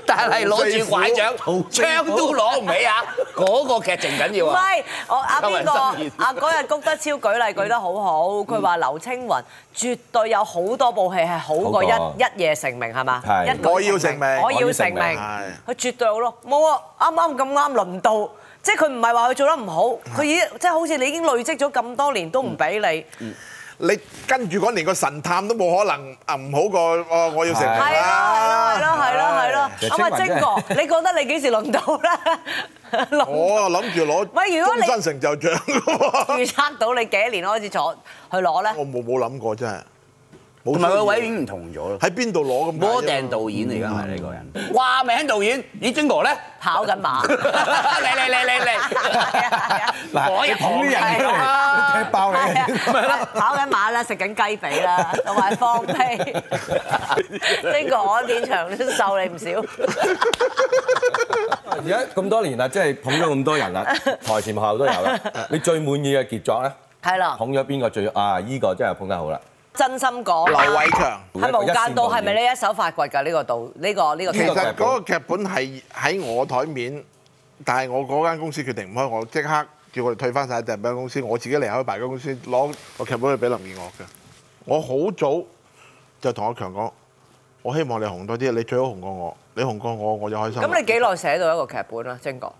[SPEAKER 5] 但係攞住拐杖
[SPEAKER 2] 好，
[SPEAKER 5] 槍都攞唔起啊！嗰個劇情緊要
[SPEAKER 1] 唔
[SPEAKER 5] 啊！
[SPEAKER 1] 係，我阿邊個
[SPEAKER 5] 周圍失業
[SPEAKER 1] 啊嗰日谷德超舉例舉得好好，佢話劉青雲絕對有好多部戲係好過一
[SPEAKER 2] 好過
[SPEAKER 1] 一夜成名係嘛？
[SPEAKER 2] 係
[SPEAKER 1] 一舉
[SPEAKER 4] 我要成名
[SPEAKER 1] 我要成名，
[SPEAKER 2] 我要
[SPEAKER 4] 成名
[SPEAKER 1] 佢絕對好咯。冇啊，啱啱咁啱輪到。即係佢唔係話佢做得唔好，佢已經即係好似你已經累積咗咁多年都唔俾你，
[SPEAKER 4] 你跟住嗰年個神探都冇可能啊唔好過哦，我要成名啊
[SPEAKER 1] 係咯係
[SPEAKER 4] 啦。
[SPEAKER 1] 咯係咯係咯係
[SPEAKER 2] 其
[SPEAKER 1] 咯。
[SPEAKER 2] 實
[SPEAKER 1] 咁啊，
[SPEAKER 2] 清
[SPEAKER 1] 晶
[SPEAKER 2] 雲啫
[SPEAKER 1] 哥，你覺得你幾時輪到
[SPEAKER 4] *laughs*
[SPEAKER 1] 咧？輪
[SPEAKER 4] 我諗住攞
[SPEAKER 1] 喂如果你
[SPEAKER 4] 終身成就獎嘅喎，
[SPEAKER 1] 預測到你幾多年開始坐去攞咧？
[SPEAKER 4] 我冇冇諗過真係。
[SPEAKER 5] 同
[SPEAKER 4] 同
[SPEAKER 5] 埋個位已經唔同咗咯。
[SPEAKER 4] 喺邊度攞咁解啫嘛？
[SPEAKER 5] 摩訂導演嚟㗎，係呢個人。哇，名導演，咦，晶哥咧？
[SPEAKER 1] 跑緊馬。
[SPEAKER 5] 嚟嚟嚟嚟嚟！
[SPEAKER 2] *laughs* 嗱，
[SPEAKER 5] 我
[SPEAKER 2] 你
[SPEAKER 5] 一
[SPEAKER 2] 捧啲人
[SPEAKER 1] 行
[SPEAKER 2] 出
[SPEAKER 1] 係啊
[SPEAKER 2] 嚟，踢爆你。
[SPEAKER 1] 跑緊馬啦，食緊雞髀啦，同埋放屁。晶哥，我現場都瘦你唔少。
[SPEAKER 2] 而家咁多年啦，即係捧咗咁多人
[SPEAKER 1] *laughs*
[SPEAKER 2] 啦，台前幕後都有啦。你最滿意嘅傑作咧？
[SPEAKER 1] 係啦，
[SPEAKER 2] 捧咗邊個最啊？依個真係捧得好啦。
[SPEAKER 1] 真心講。
[SPEAKER 4] 劉偉強。
[SPEAKER 1] 喺無間道係咪你一手發掘㗎？呢個道呢個呢個
[SPEAKER 4] 其
[SPEAKER 1] 劇
[SPEAKER 4] 實
[SPEAKER 1] 本
[SPEAKER 4] 嗰個劇本係喺我台面，但係我嗰間公司決定唔開，我即刻叫佢哋退翻晒訂間公司，我自己離開辦間公司攞個劇本去俾林建岳嘅。我好早就同阿強講，我希望你紅多啲，你最好紅過我，你紅過我我就開心啦。
[SPEAKER 1] 咁你幾耐寫到一個劇本啊？晶哥，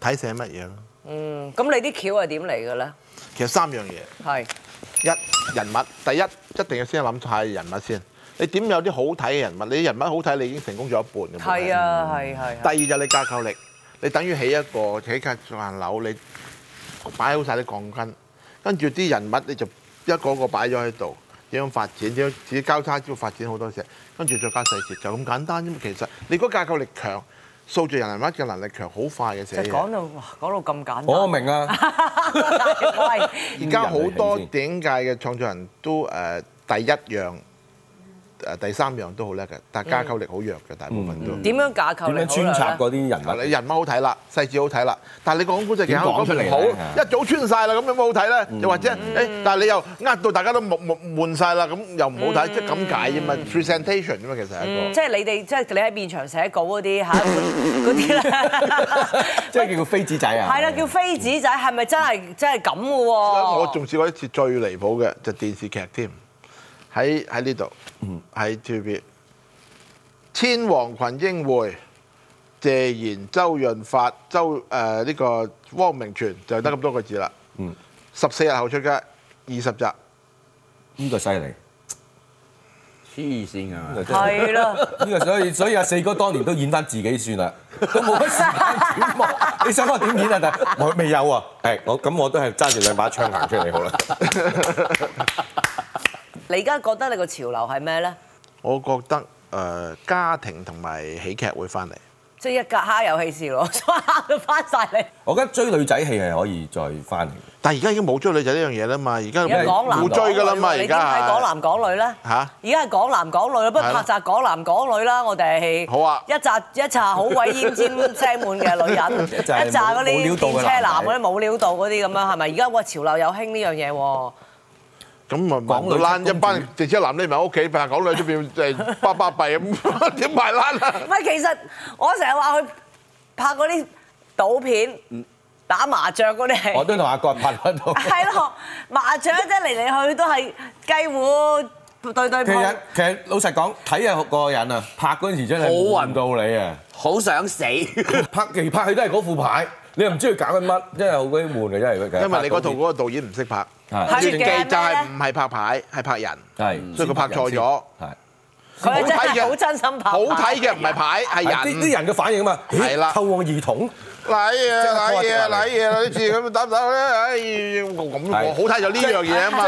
[SPEAKER 4] 睇寫乜嘢啦？
[SPEAKER 1] 嗯，咁你啲橋係點嚟嘅咧？
[SPEAKER 4] 其實三樣嘢。
[SPEAKER 1] 係
[SPEAKER 4] 一人物，第一一定要先諗晒人物先。你點有啲好睇嘅人物？你人物好睇，你已經成功咗一半嘅。
[SPEAKER 1] 係啊，係係係
[SPEAKER 4] 第二就係你架構力，你等於起一個起架層樓，你擺好晒啲鋼筋，跟住啲人物你就一個一個擺咗喺度，點樣發展，點樣自己交叉之後發展好多嘢，跟住再加細節，就咁簡單啫嘛。其實你嗰架構力強，塑造人物嘅能力強，好快嘅寫
[SPEAKER 1] 就
[SPEAKER 4] 嘢。
[SPEAKER 1] 講到哇，講到咁簡單。
[SPEAKER 2] 我
[SPEAKER 1] *laughs*
[SPEAKER 2] 明啊，
[SPEAKER 1] 喂，
[SPEAKER 4] 而家好多電影界嘅創作人都誒、呃第一樣。誒第三樣都好叻嘅，但係架構力好弱嘅，大部分
[SPEAKER 2] 嗯
[SPEAKER 4] 都。
[SPEAKER 1] 點樣架構
[SPEAKER 2] 點
[SPEAKER 1] 你
[SPEAKER 2] 樣
[SPEAKER 1] 好啦
[SPEAKER 2] 穿插嗰啲人
[SPEAKER 4] 嗱，你
[SPEAKER 2] 物？
[SPEAKER 4] 人物好睇啦，細節好睇啦，但係你講古仔技巧
[SPEAKER 2] 點講出嚟
[SPEAKER 4] 唔
[SPEAKER 2] 呢
[SPEAKER 4] 好，
[SPEAKER 2] 係啊嗯
[SPEAKER 4] 一早穿晒啦，咁有冇好睇咧？又或者誒，但係你又呃到大家都悶悶悶曬啦，咁又唔好睇，即係咁解啫嘛，presentation
[SPEAKER 2] 嗯
[SPEAKER 4] 啫嘛，其實係一
[SPEAKER 1] 即係你哋即係你喺現場寫稿嗰啲嚇嗰啲
[SPEAKER 4] *laughs*
[SPEAKER 2] 即
[SPEAKER 1] 咧，
[SPEAKER 2] 係叫個飛子仔啊！
[SPEAKER 1] 係啦，叫飛紙仔係咪真係真係咁嘅
[SPEAKER 4] 個。
[SPEAKER 1] 喎？
[SPEAKER 4] 我仲試過一次最離譜嘅就電視劇添，喺喺呢度，喺 TVB《千王群英會》，謝賢、周潤發、周誒呢個汪明荃就得咁多個字啦。十四日後出街，二十集。
[SPEAKER 2] 呢個犀利。
[SPEAKER 5] 黐線啊！
[SPEAKER 1] 係咯。
[SPEAKER 2] 呢個所以所以阿四哥當年都演翻自己算啦，都冇乜時間 *laughs* 揣摩。你想我點演啊？但係我未有啊。誒，我咁我都係揸住兩把槍行出嚟好啦。 *laughs*
[SPEAKER 1] 你而家覺得你個潮流係咩咧？ *laughs*
[SPEAKER 4] 我覺得誒、呃家庭同埋喜劇會翻嚟，
[SPEAKER 1] 即係一格蝦遊戲事咯，蝦到翻晒你。
[SPEAKER 2] 我覺得追女仔戲係可以再翻嚟。
[SPEAKER 4] 但係而家已經冇追女仔呢樣嘢啦嘛，而家
[SPEAKER 1] 而家港男
[SPEAKER 4] 冇追㗎啦嘛，而
[SPEAKER 1] 你點
[SPEAKER 4] 家
[SPEAKER 1] 睇港男港女咧？
[SPEAKER 4] 嚇
[SPEAKER 1] 而家係港男港女啦，不如
[SPEAKER 4] 係
[SPEAKER 1] 拍
[SPEAKER 4] 咯
[SPEAKER 1] 集港男港女啦，我哋
[SPEAKER 4] 好啊
[SPEAKER 1] 一集一集好鬼奄尖聲滿嘅
[SPEAKER 4] *laughs*
[SPEAKER 1] 女人，
[SPEAKER 2] 一集係冇
[SPEAKER 1] 一集嗰
[SPEAKER 2] 冇料
[SPEAKER 1] 啲電
[SPEAKER 2] 到嘅
[SPEAKER 1] 車男
[SPEAKER 2] 男
[SPEAKER 1] 嗰
[SPEAKER 2] 仔
[SPEAKER 1] 啲冇料到嗰啲咁樣係咪？而家哇潮流又興呢樣嘢喎，
[SPEAKER 4] 咁啊
[SPEAKER 2] 港
[SPEAKER 4] 港
[SPEAKER 2] 女
[SPEAKER 4] 女
[SPEAKER 2] 出
[SPEAKER 4] 攣
[SPEAKER 2] 公
[SPEAKER 4] 一
[SPEAKER 2] 主
[SPEAKER 4] 班直接男匿埋喺屋企，但係港女出邊誒巴巴閉咁點埋攣啊？
[SPEAKER 1] 唔係其實我成日話佢拍嗰啲賭片、打麻雀嗰啲係
[SPEAKER 2] 嗯我都同阿郭拍嗰 *laughs* 度。
[SPEAKER 1] 係咯，麻雀即係嚟嚟去去都係雞糊對對
[SPEAKER 2] 其實
[SPEAKER 1] 碰。
[SPEAKER 2] 其實老實講，睇下個人啊，拍嗰陣時真係
[SPEAKER 5] 好暈
[SPEAKER 2] 暈到你啊！
[SPEAKER 5] 好想死，
[SPEAKER 2] 拍嚟拍去都係嗰副牌，你又唔知佢搞緊乜，真係好鬼悶嘅，真係。
[SPEAKER 4] *laughs* 因為你嗰套嗰個導演唔識拍，
[SPEAKER 1] 係
[SPEAKER 2] 係
[SPEAKER 4] 傳記
[SPEAKER 1] 嘅
[SPEAKER 4] 就係唔係拍牌，係拍人。
[SPEAKER 2] 係，
[SPEAKER 4] 所以佢拍錯咗
[SPEAKER 2] 係。
[SPEAKER 1] 佢真係好真心拍，
[SPEAKER 4] 好睇嘅唔係牌，
[SPEAKER 2] 係
[SPEAKER 4] 係
[SPEAKER 2] 啲
[SPEAKER 4] 人。
[SPEAKER 2] 啲人嘅反應啊嘛，咦
[SPEAKER 4] 係啦
[SPEAKER 2] 透望兒童，
[SPEAKER 4] 攋嘢啊，攋
[SPEAKER 2] 即係
[SPEAKER 4] 嘢啊，
[SPEAKER 2] 拖
[SPEAKER 4] 攋
[SPEAKER 2] 一
[SPEAKER 4] 嘢啦！你似咁打唔打咧？唉，咁
[SPEAKER 2] 係
[SPEAKER 4] 好睇就呢樣嘢啊嘛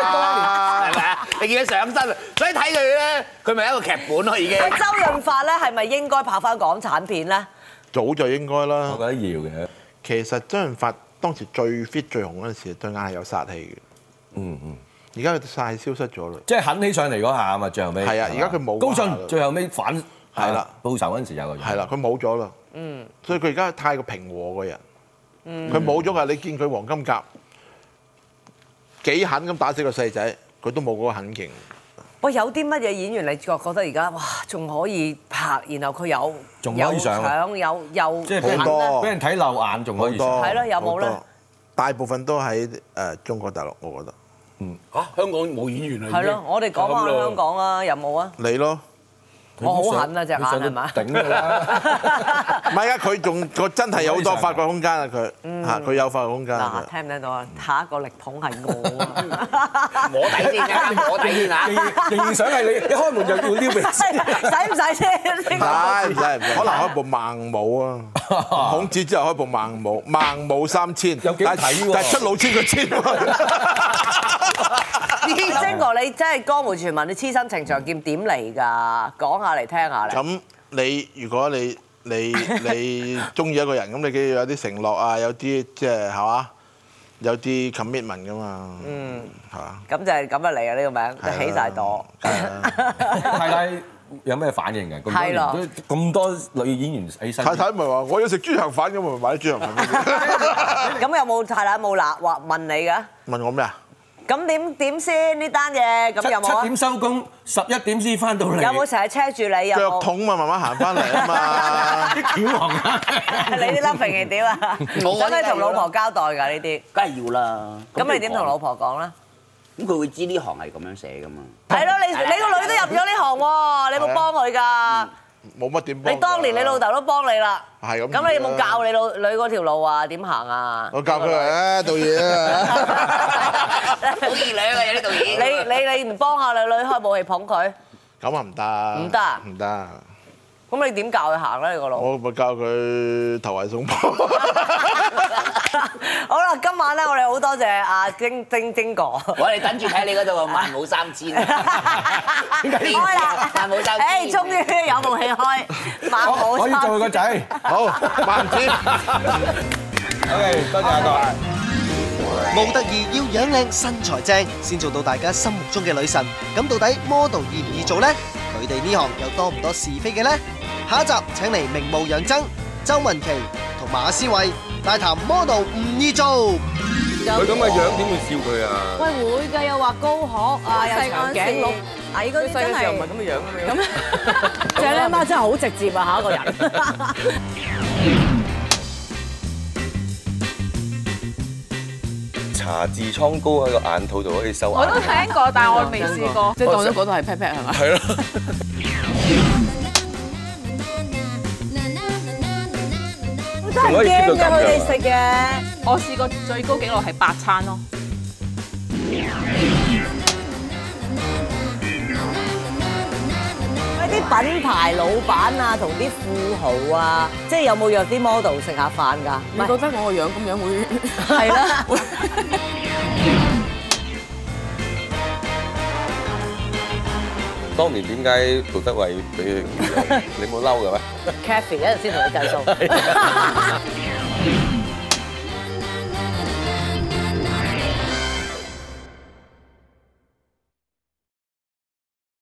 [SPEAKER 5] 係。咪啊？你見佢上身啊，所以睇佢咧，佢咪一個劇本咯
[SPEAKER 1] *laughs*
[SPEAKER 5] 已經。
[SPEAKER 1] 喂周潤發咧係咪應該拍翻港產片咧？
[SPEAKER 4] 早就應該啦
[SPEAKER 2] 我。覺得要嘅。
[SPEAKER 4] 其實周潤發當時最 fit 最紅嗰陣時，對眼係有殺氣嘅。
[SPEAKER 2] 嗯嗯，
[SPEAKER 4] 而家佢晒消失咗啦。
[SPEAKER 2] 即係狠起上嚟嗰下啊嘛，最後尾
[SPEAKER 4] 係啊
[SPEAKER 2] 嘛
[SPEAKER 4] 而家佢冇
[SPEAKER 2] 高
[SPEAKER 4] 嗰下啦
[SPEAKER 2] 進，最後尾反
[SPEAKER 4] 係啦
[SPEAKER 2] 啊報仇嗰陣時有個人
[SPEAKER 4] 係啦，佢冇咗啦。嗯。所以佢而家太過平和個人。
[SPEAKER 1] 嗯
[SPEAKER 4] 佢冇咗㗎，你見佢黃金甲幾狠咁打死個細仔，佢都冇嗰個狠勁。
[SPEAKER 1] 喂，有啲乜嘢演員你覺覺得而家哇仲可以拍，然後佢有
[SPEAKER 2] 仲可以上啊
[SPEAKER 1] 有搶有有啊
[SPEAKER 2] 即係俾人
[SPEAKER 4] 好多
[SPEAKER 2] 俾人睇漏眼仲可以上。
[SPEAKER 1] 係咯有冇咧
[SPEAKER 4] 哦好多？大部分都喺誒中國大陸，我覺得
[SPEAKER 5] 嚇，香港冇演員啦已經
[SPEAKER 2] 啊
[SPEAKER 1] 係咯，我哋講
[SPEAKER 5] 就咁
[SPEAKER 1] 下
[SPEAKER 5] 咯
[SPEAKER 1] 香港啊，有冇啊？
[SPEAKER 4] 你咯，
[SPEAKER 1] 我好狠啊隻眼係嘛？
[SPEAKER 2] 頂㗎啦！
[SPEAKER 4] 唔係啊，
[SPEAKER 1] *laughs*
[SPEAKER 4] 佢仲佢真係有好多發掘空間啊！佢嚇佢有發掘空間啊
[SPEAKER 1] 嗯嗱，！聽唔聽到
[SPEAKER 5] *laughs*
[SPEAKER 1] 啊？下一個力捧係我啊！
[SPEAKER 5] 我底先 *laughs* 啊，
[SPEAKER 1] *laughs*
[SPEAKER 5] 我底先啊
[SPEAKER 2] 仍。然仍然想係你一開門就要撩鼻屎。
[SPEAKER 1] 使唔使先？
[SPEAKER 4] 唔使唔使唔使，可能開部孟舞啊！
[SPEAKER 2] *laughs*
[SPEAKER 4] 孔子之後開部孟舞，孟舞三千，
[SPEAKER 2] 有幾好
[SPEAKER 4] 但
[SPEAKER 2] 睇喎
[SPEAKER 4] 但係出老千個千喎。
[SPEAKER 1] 晶哥，你真係江湖傳聞，你痴心情長劍點嚟㗎？講下嚟聽下嚟。
[SPEAKER 4] 咁你如果你你
[SPEAKER 1] *laughs*
[SPEAKER 4] 你中意一個人，咁你梗要有啲承諾啊，有啲即係係嘛，有啲 commitment 噶嘛。嗯，係嘛。
[SPEAKER 1] 咁就係咁啊嚟啊！呢個名
[SPEAKER 4] 係啦
[SPEAKER 1] 起晒朵。
[SPEAKER 2] 太太有咩反應㗎？咁多
[SPEAKER 1] 係咯
[SPEAKER 2] 年都咁多女演員喺身邊，
[SPEAKER 4] 太太咪話我要食豬腸粉咁，咪買啲豬腸粉俾
[SPEAKER 1] 咁 *laughs* 有冇太太冇鬧話問你㗎？
[SPEAKER 4] 你。問我咩啊？
[SPEAKER 1] 咁點點先呢單嘢？咁有冇
[SPEAKER 2] 七七
[SPEAKER 1] 啊
[SPEAKER 2] 點？收工，十一點先翻到嚟，
[SPEAKER 1] 有冇成日車住你？有
[SPEAKER 4] 腳
[SPEAKER 1] 冇？
[SPEAKER 4] 痛嘛，慢慢行翻嚟啊嘛。
[SPEAKER 2] 啲橋行啊？
[SPEAKER 1] *laughs* 你啲 loving 係點啊？使
[SPEAKER 5] 我
[SPEAKER 1] 唔使同
[SPEAKER 5] 梗係要啦
[SPEAKER 1] 老婆交代㗎呢
[SPEAKER 5] 梗係要啦。
[SPEAKER 1] 啲？咁你點同老
[SPEAKER 5] 婆？
[SPEAKER 1] 婆講咧？
[SPEAKER 5] 咁佢會知呢行係咁樣寫噶嘛？啊
[SPEAKER 1] 係咯，你你個女都入咗呢行喎，你有冇幫佢㗎？
[SPEAKER 4] 冇乜點幫佢啊。
[SPEAKER 1] 你當年你老豆都幫你啦，
[SPEAKER 4] 係咁
[SPEAKER 1] 咁你有冇教你老女嗰條路啊？點行啊？
[SPEAKER 4] 我教佢啊，導
[SPEAKER 1] *laughs*
[SPEAKER 4] 演啊。
[SPEAKER 5] 好易兩啊，有啲導
[SPEAKER 1] 你你你唔幫下你女開武器捧佢，
[SPEAKER 4] 咁啊唔得。
[SPEAKER 1] 唔得啊
[SPEAKER 4] 唔得。
[SPEAKER 1] 咁你點教佢行咧？你個 *laughs* 路？
[SPEAKER 4] 我咪教佢投
[SPEAKER 1] *laughs*
[SPEAKER 4] 懷送抱。 *laughs*
[SPEAKER 1] 好啦，今晚咧我哋好多謝阿晶晶晶哥。
[SPEAKER 5] 我哋等住睇你嗰度啊，萬冇三
[SPEAKER 1] *laughs*
[SPEAKER 5] 千啊！
[SPEAKER 1] 開啦！
[SPEAKER 5] 萬冇三
[SPEAKER 1] 誒，
[SPEAKER 5] 千。
[SPEAKER 1] 終於有武器開，萬
[SPEAKER 2] 我
[SPEAKER 1] 冇
[SPEAKER 2] 我要做
[SPEAKER 1] 三
[SPEAKER 2] 佢個仔。
[SPEAKER 4] 好，萬子。
[SPEAKER 2] OK，多謝阿各位。
[SPEAKER 3] 模特兒要樣靚身材正，先做到大家心目中嘅女神。咁到底 model 易唔易做呢？佢哋呢行又多唔多是非嘅呢？下一集請嚟名模楊增、周文琪同馬思慧大談 model 唔易做。
[SPEAKER 2] 佢咁嘅樣點會笑佢啊？
[SPEAKER 6] 喂會㗎，又話高學啊，又長頸鹿，
[SPEAKER 1] 矮嗰啲真係唔係咁嘅樣咁啊樣。 *laughs*
[SPEAKER 6] 就係你媽真係好直接啊！下一個人。
[SPEAKER 7] 茶痔瘡膏喺個眼套度可以收
[SPEAKER 8] 我
[SPEAKER 7] 眼
[SPEAKER 8] 都聽過，但係我未試過，即係當咗嗰度係 pat pat 係咪？
[SPEAKER 7] 係咯。
[SPEAKER 1] 真係驚㗎，佢哋食嘅。
[SPEAKER 8] 我試過最高紀錄係八餐咯。
[SPEAKER 1] 喂，啲品牌老闆啊，同啲富豪啊，即係有冇約啲 model 食下飯㗎？唔
[SPEAKER 8] 你
[SPEAKER 1] 係
[SPEAKER 8] 覺得我個樣咁樣會
[SPEAKER 1] 係 *laughs* 啦，
[SPEAKER 7] 當年點解杜德偉俾佢
[SPEAKER 8] *laughs*
[SPEAKER 7] 咁樣？你冇嬲嘅咩？
[SPEAKER 1] Cathy 一陣先同你計數。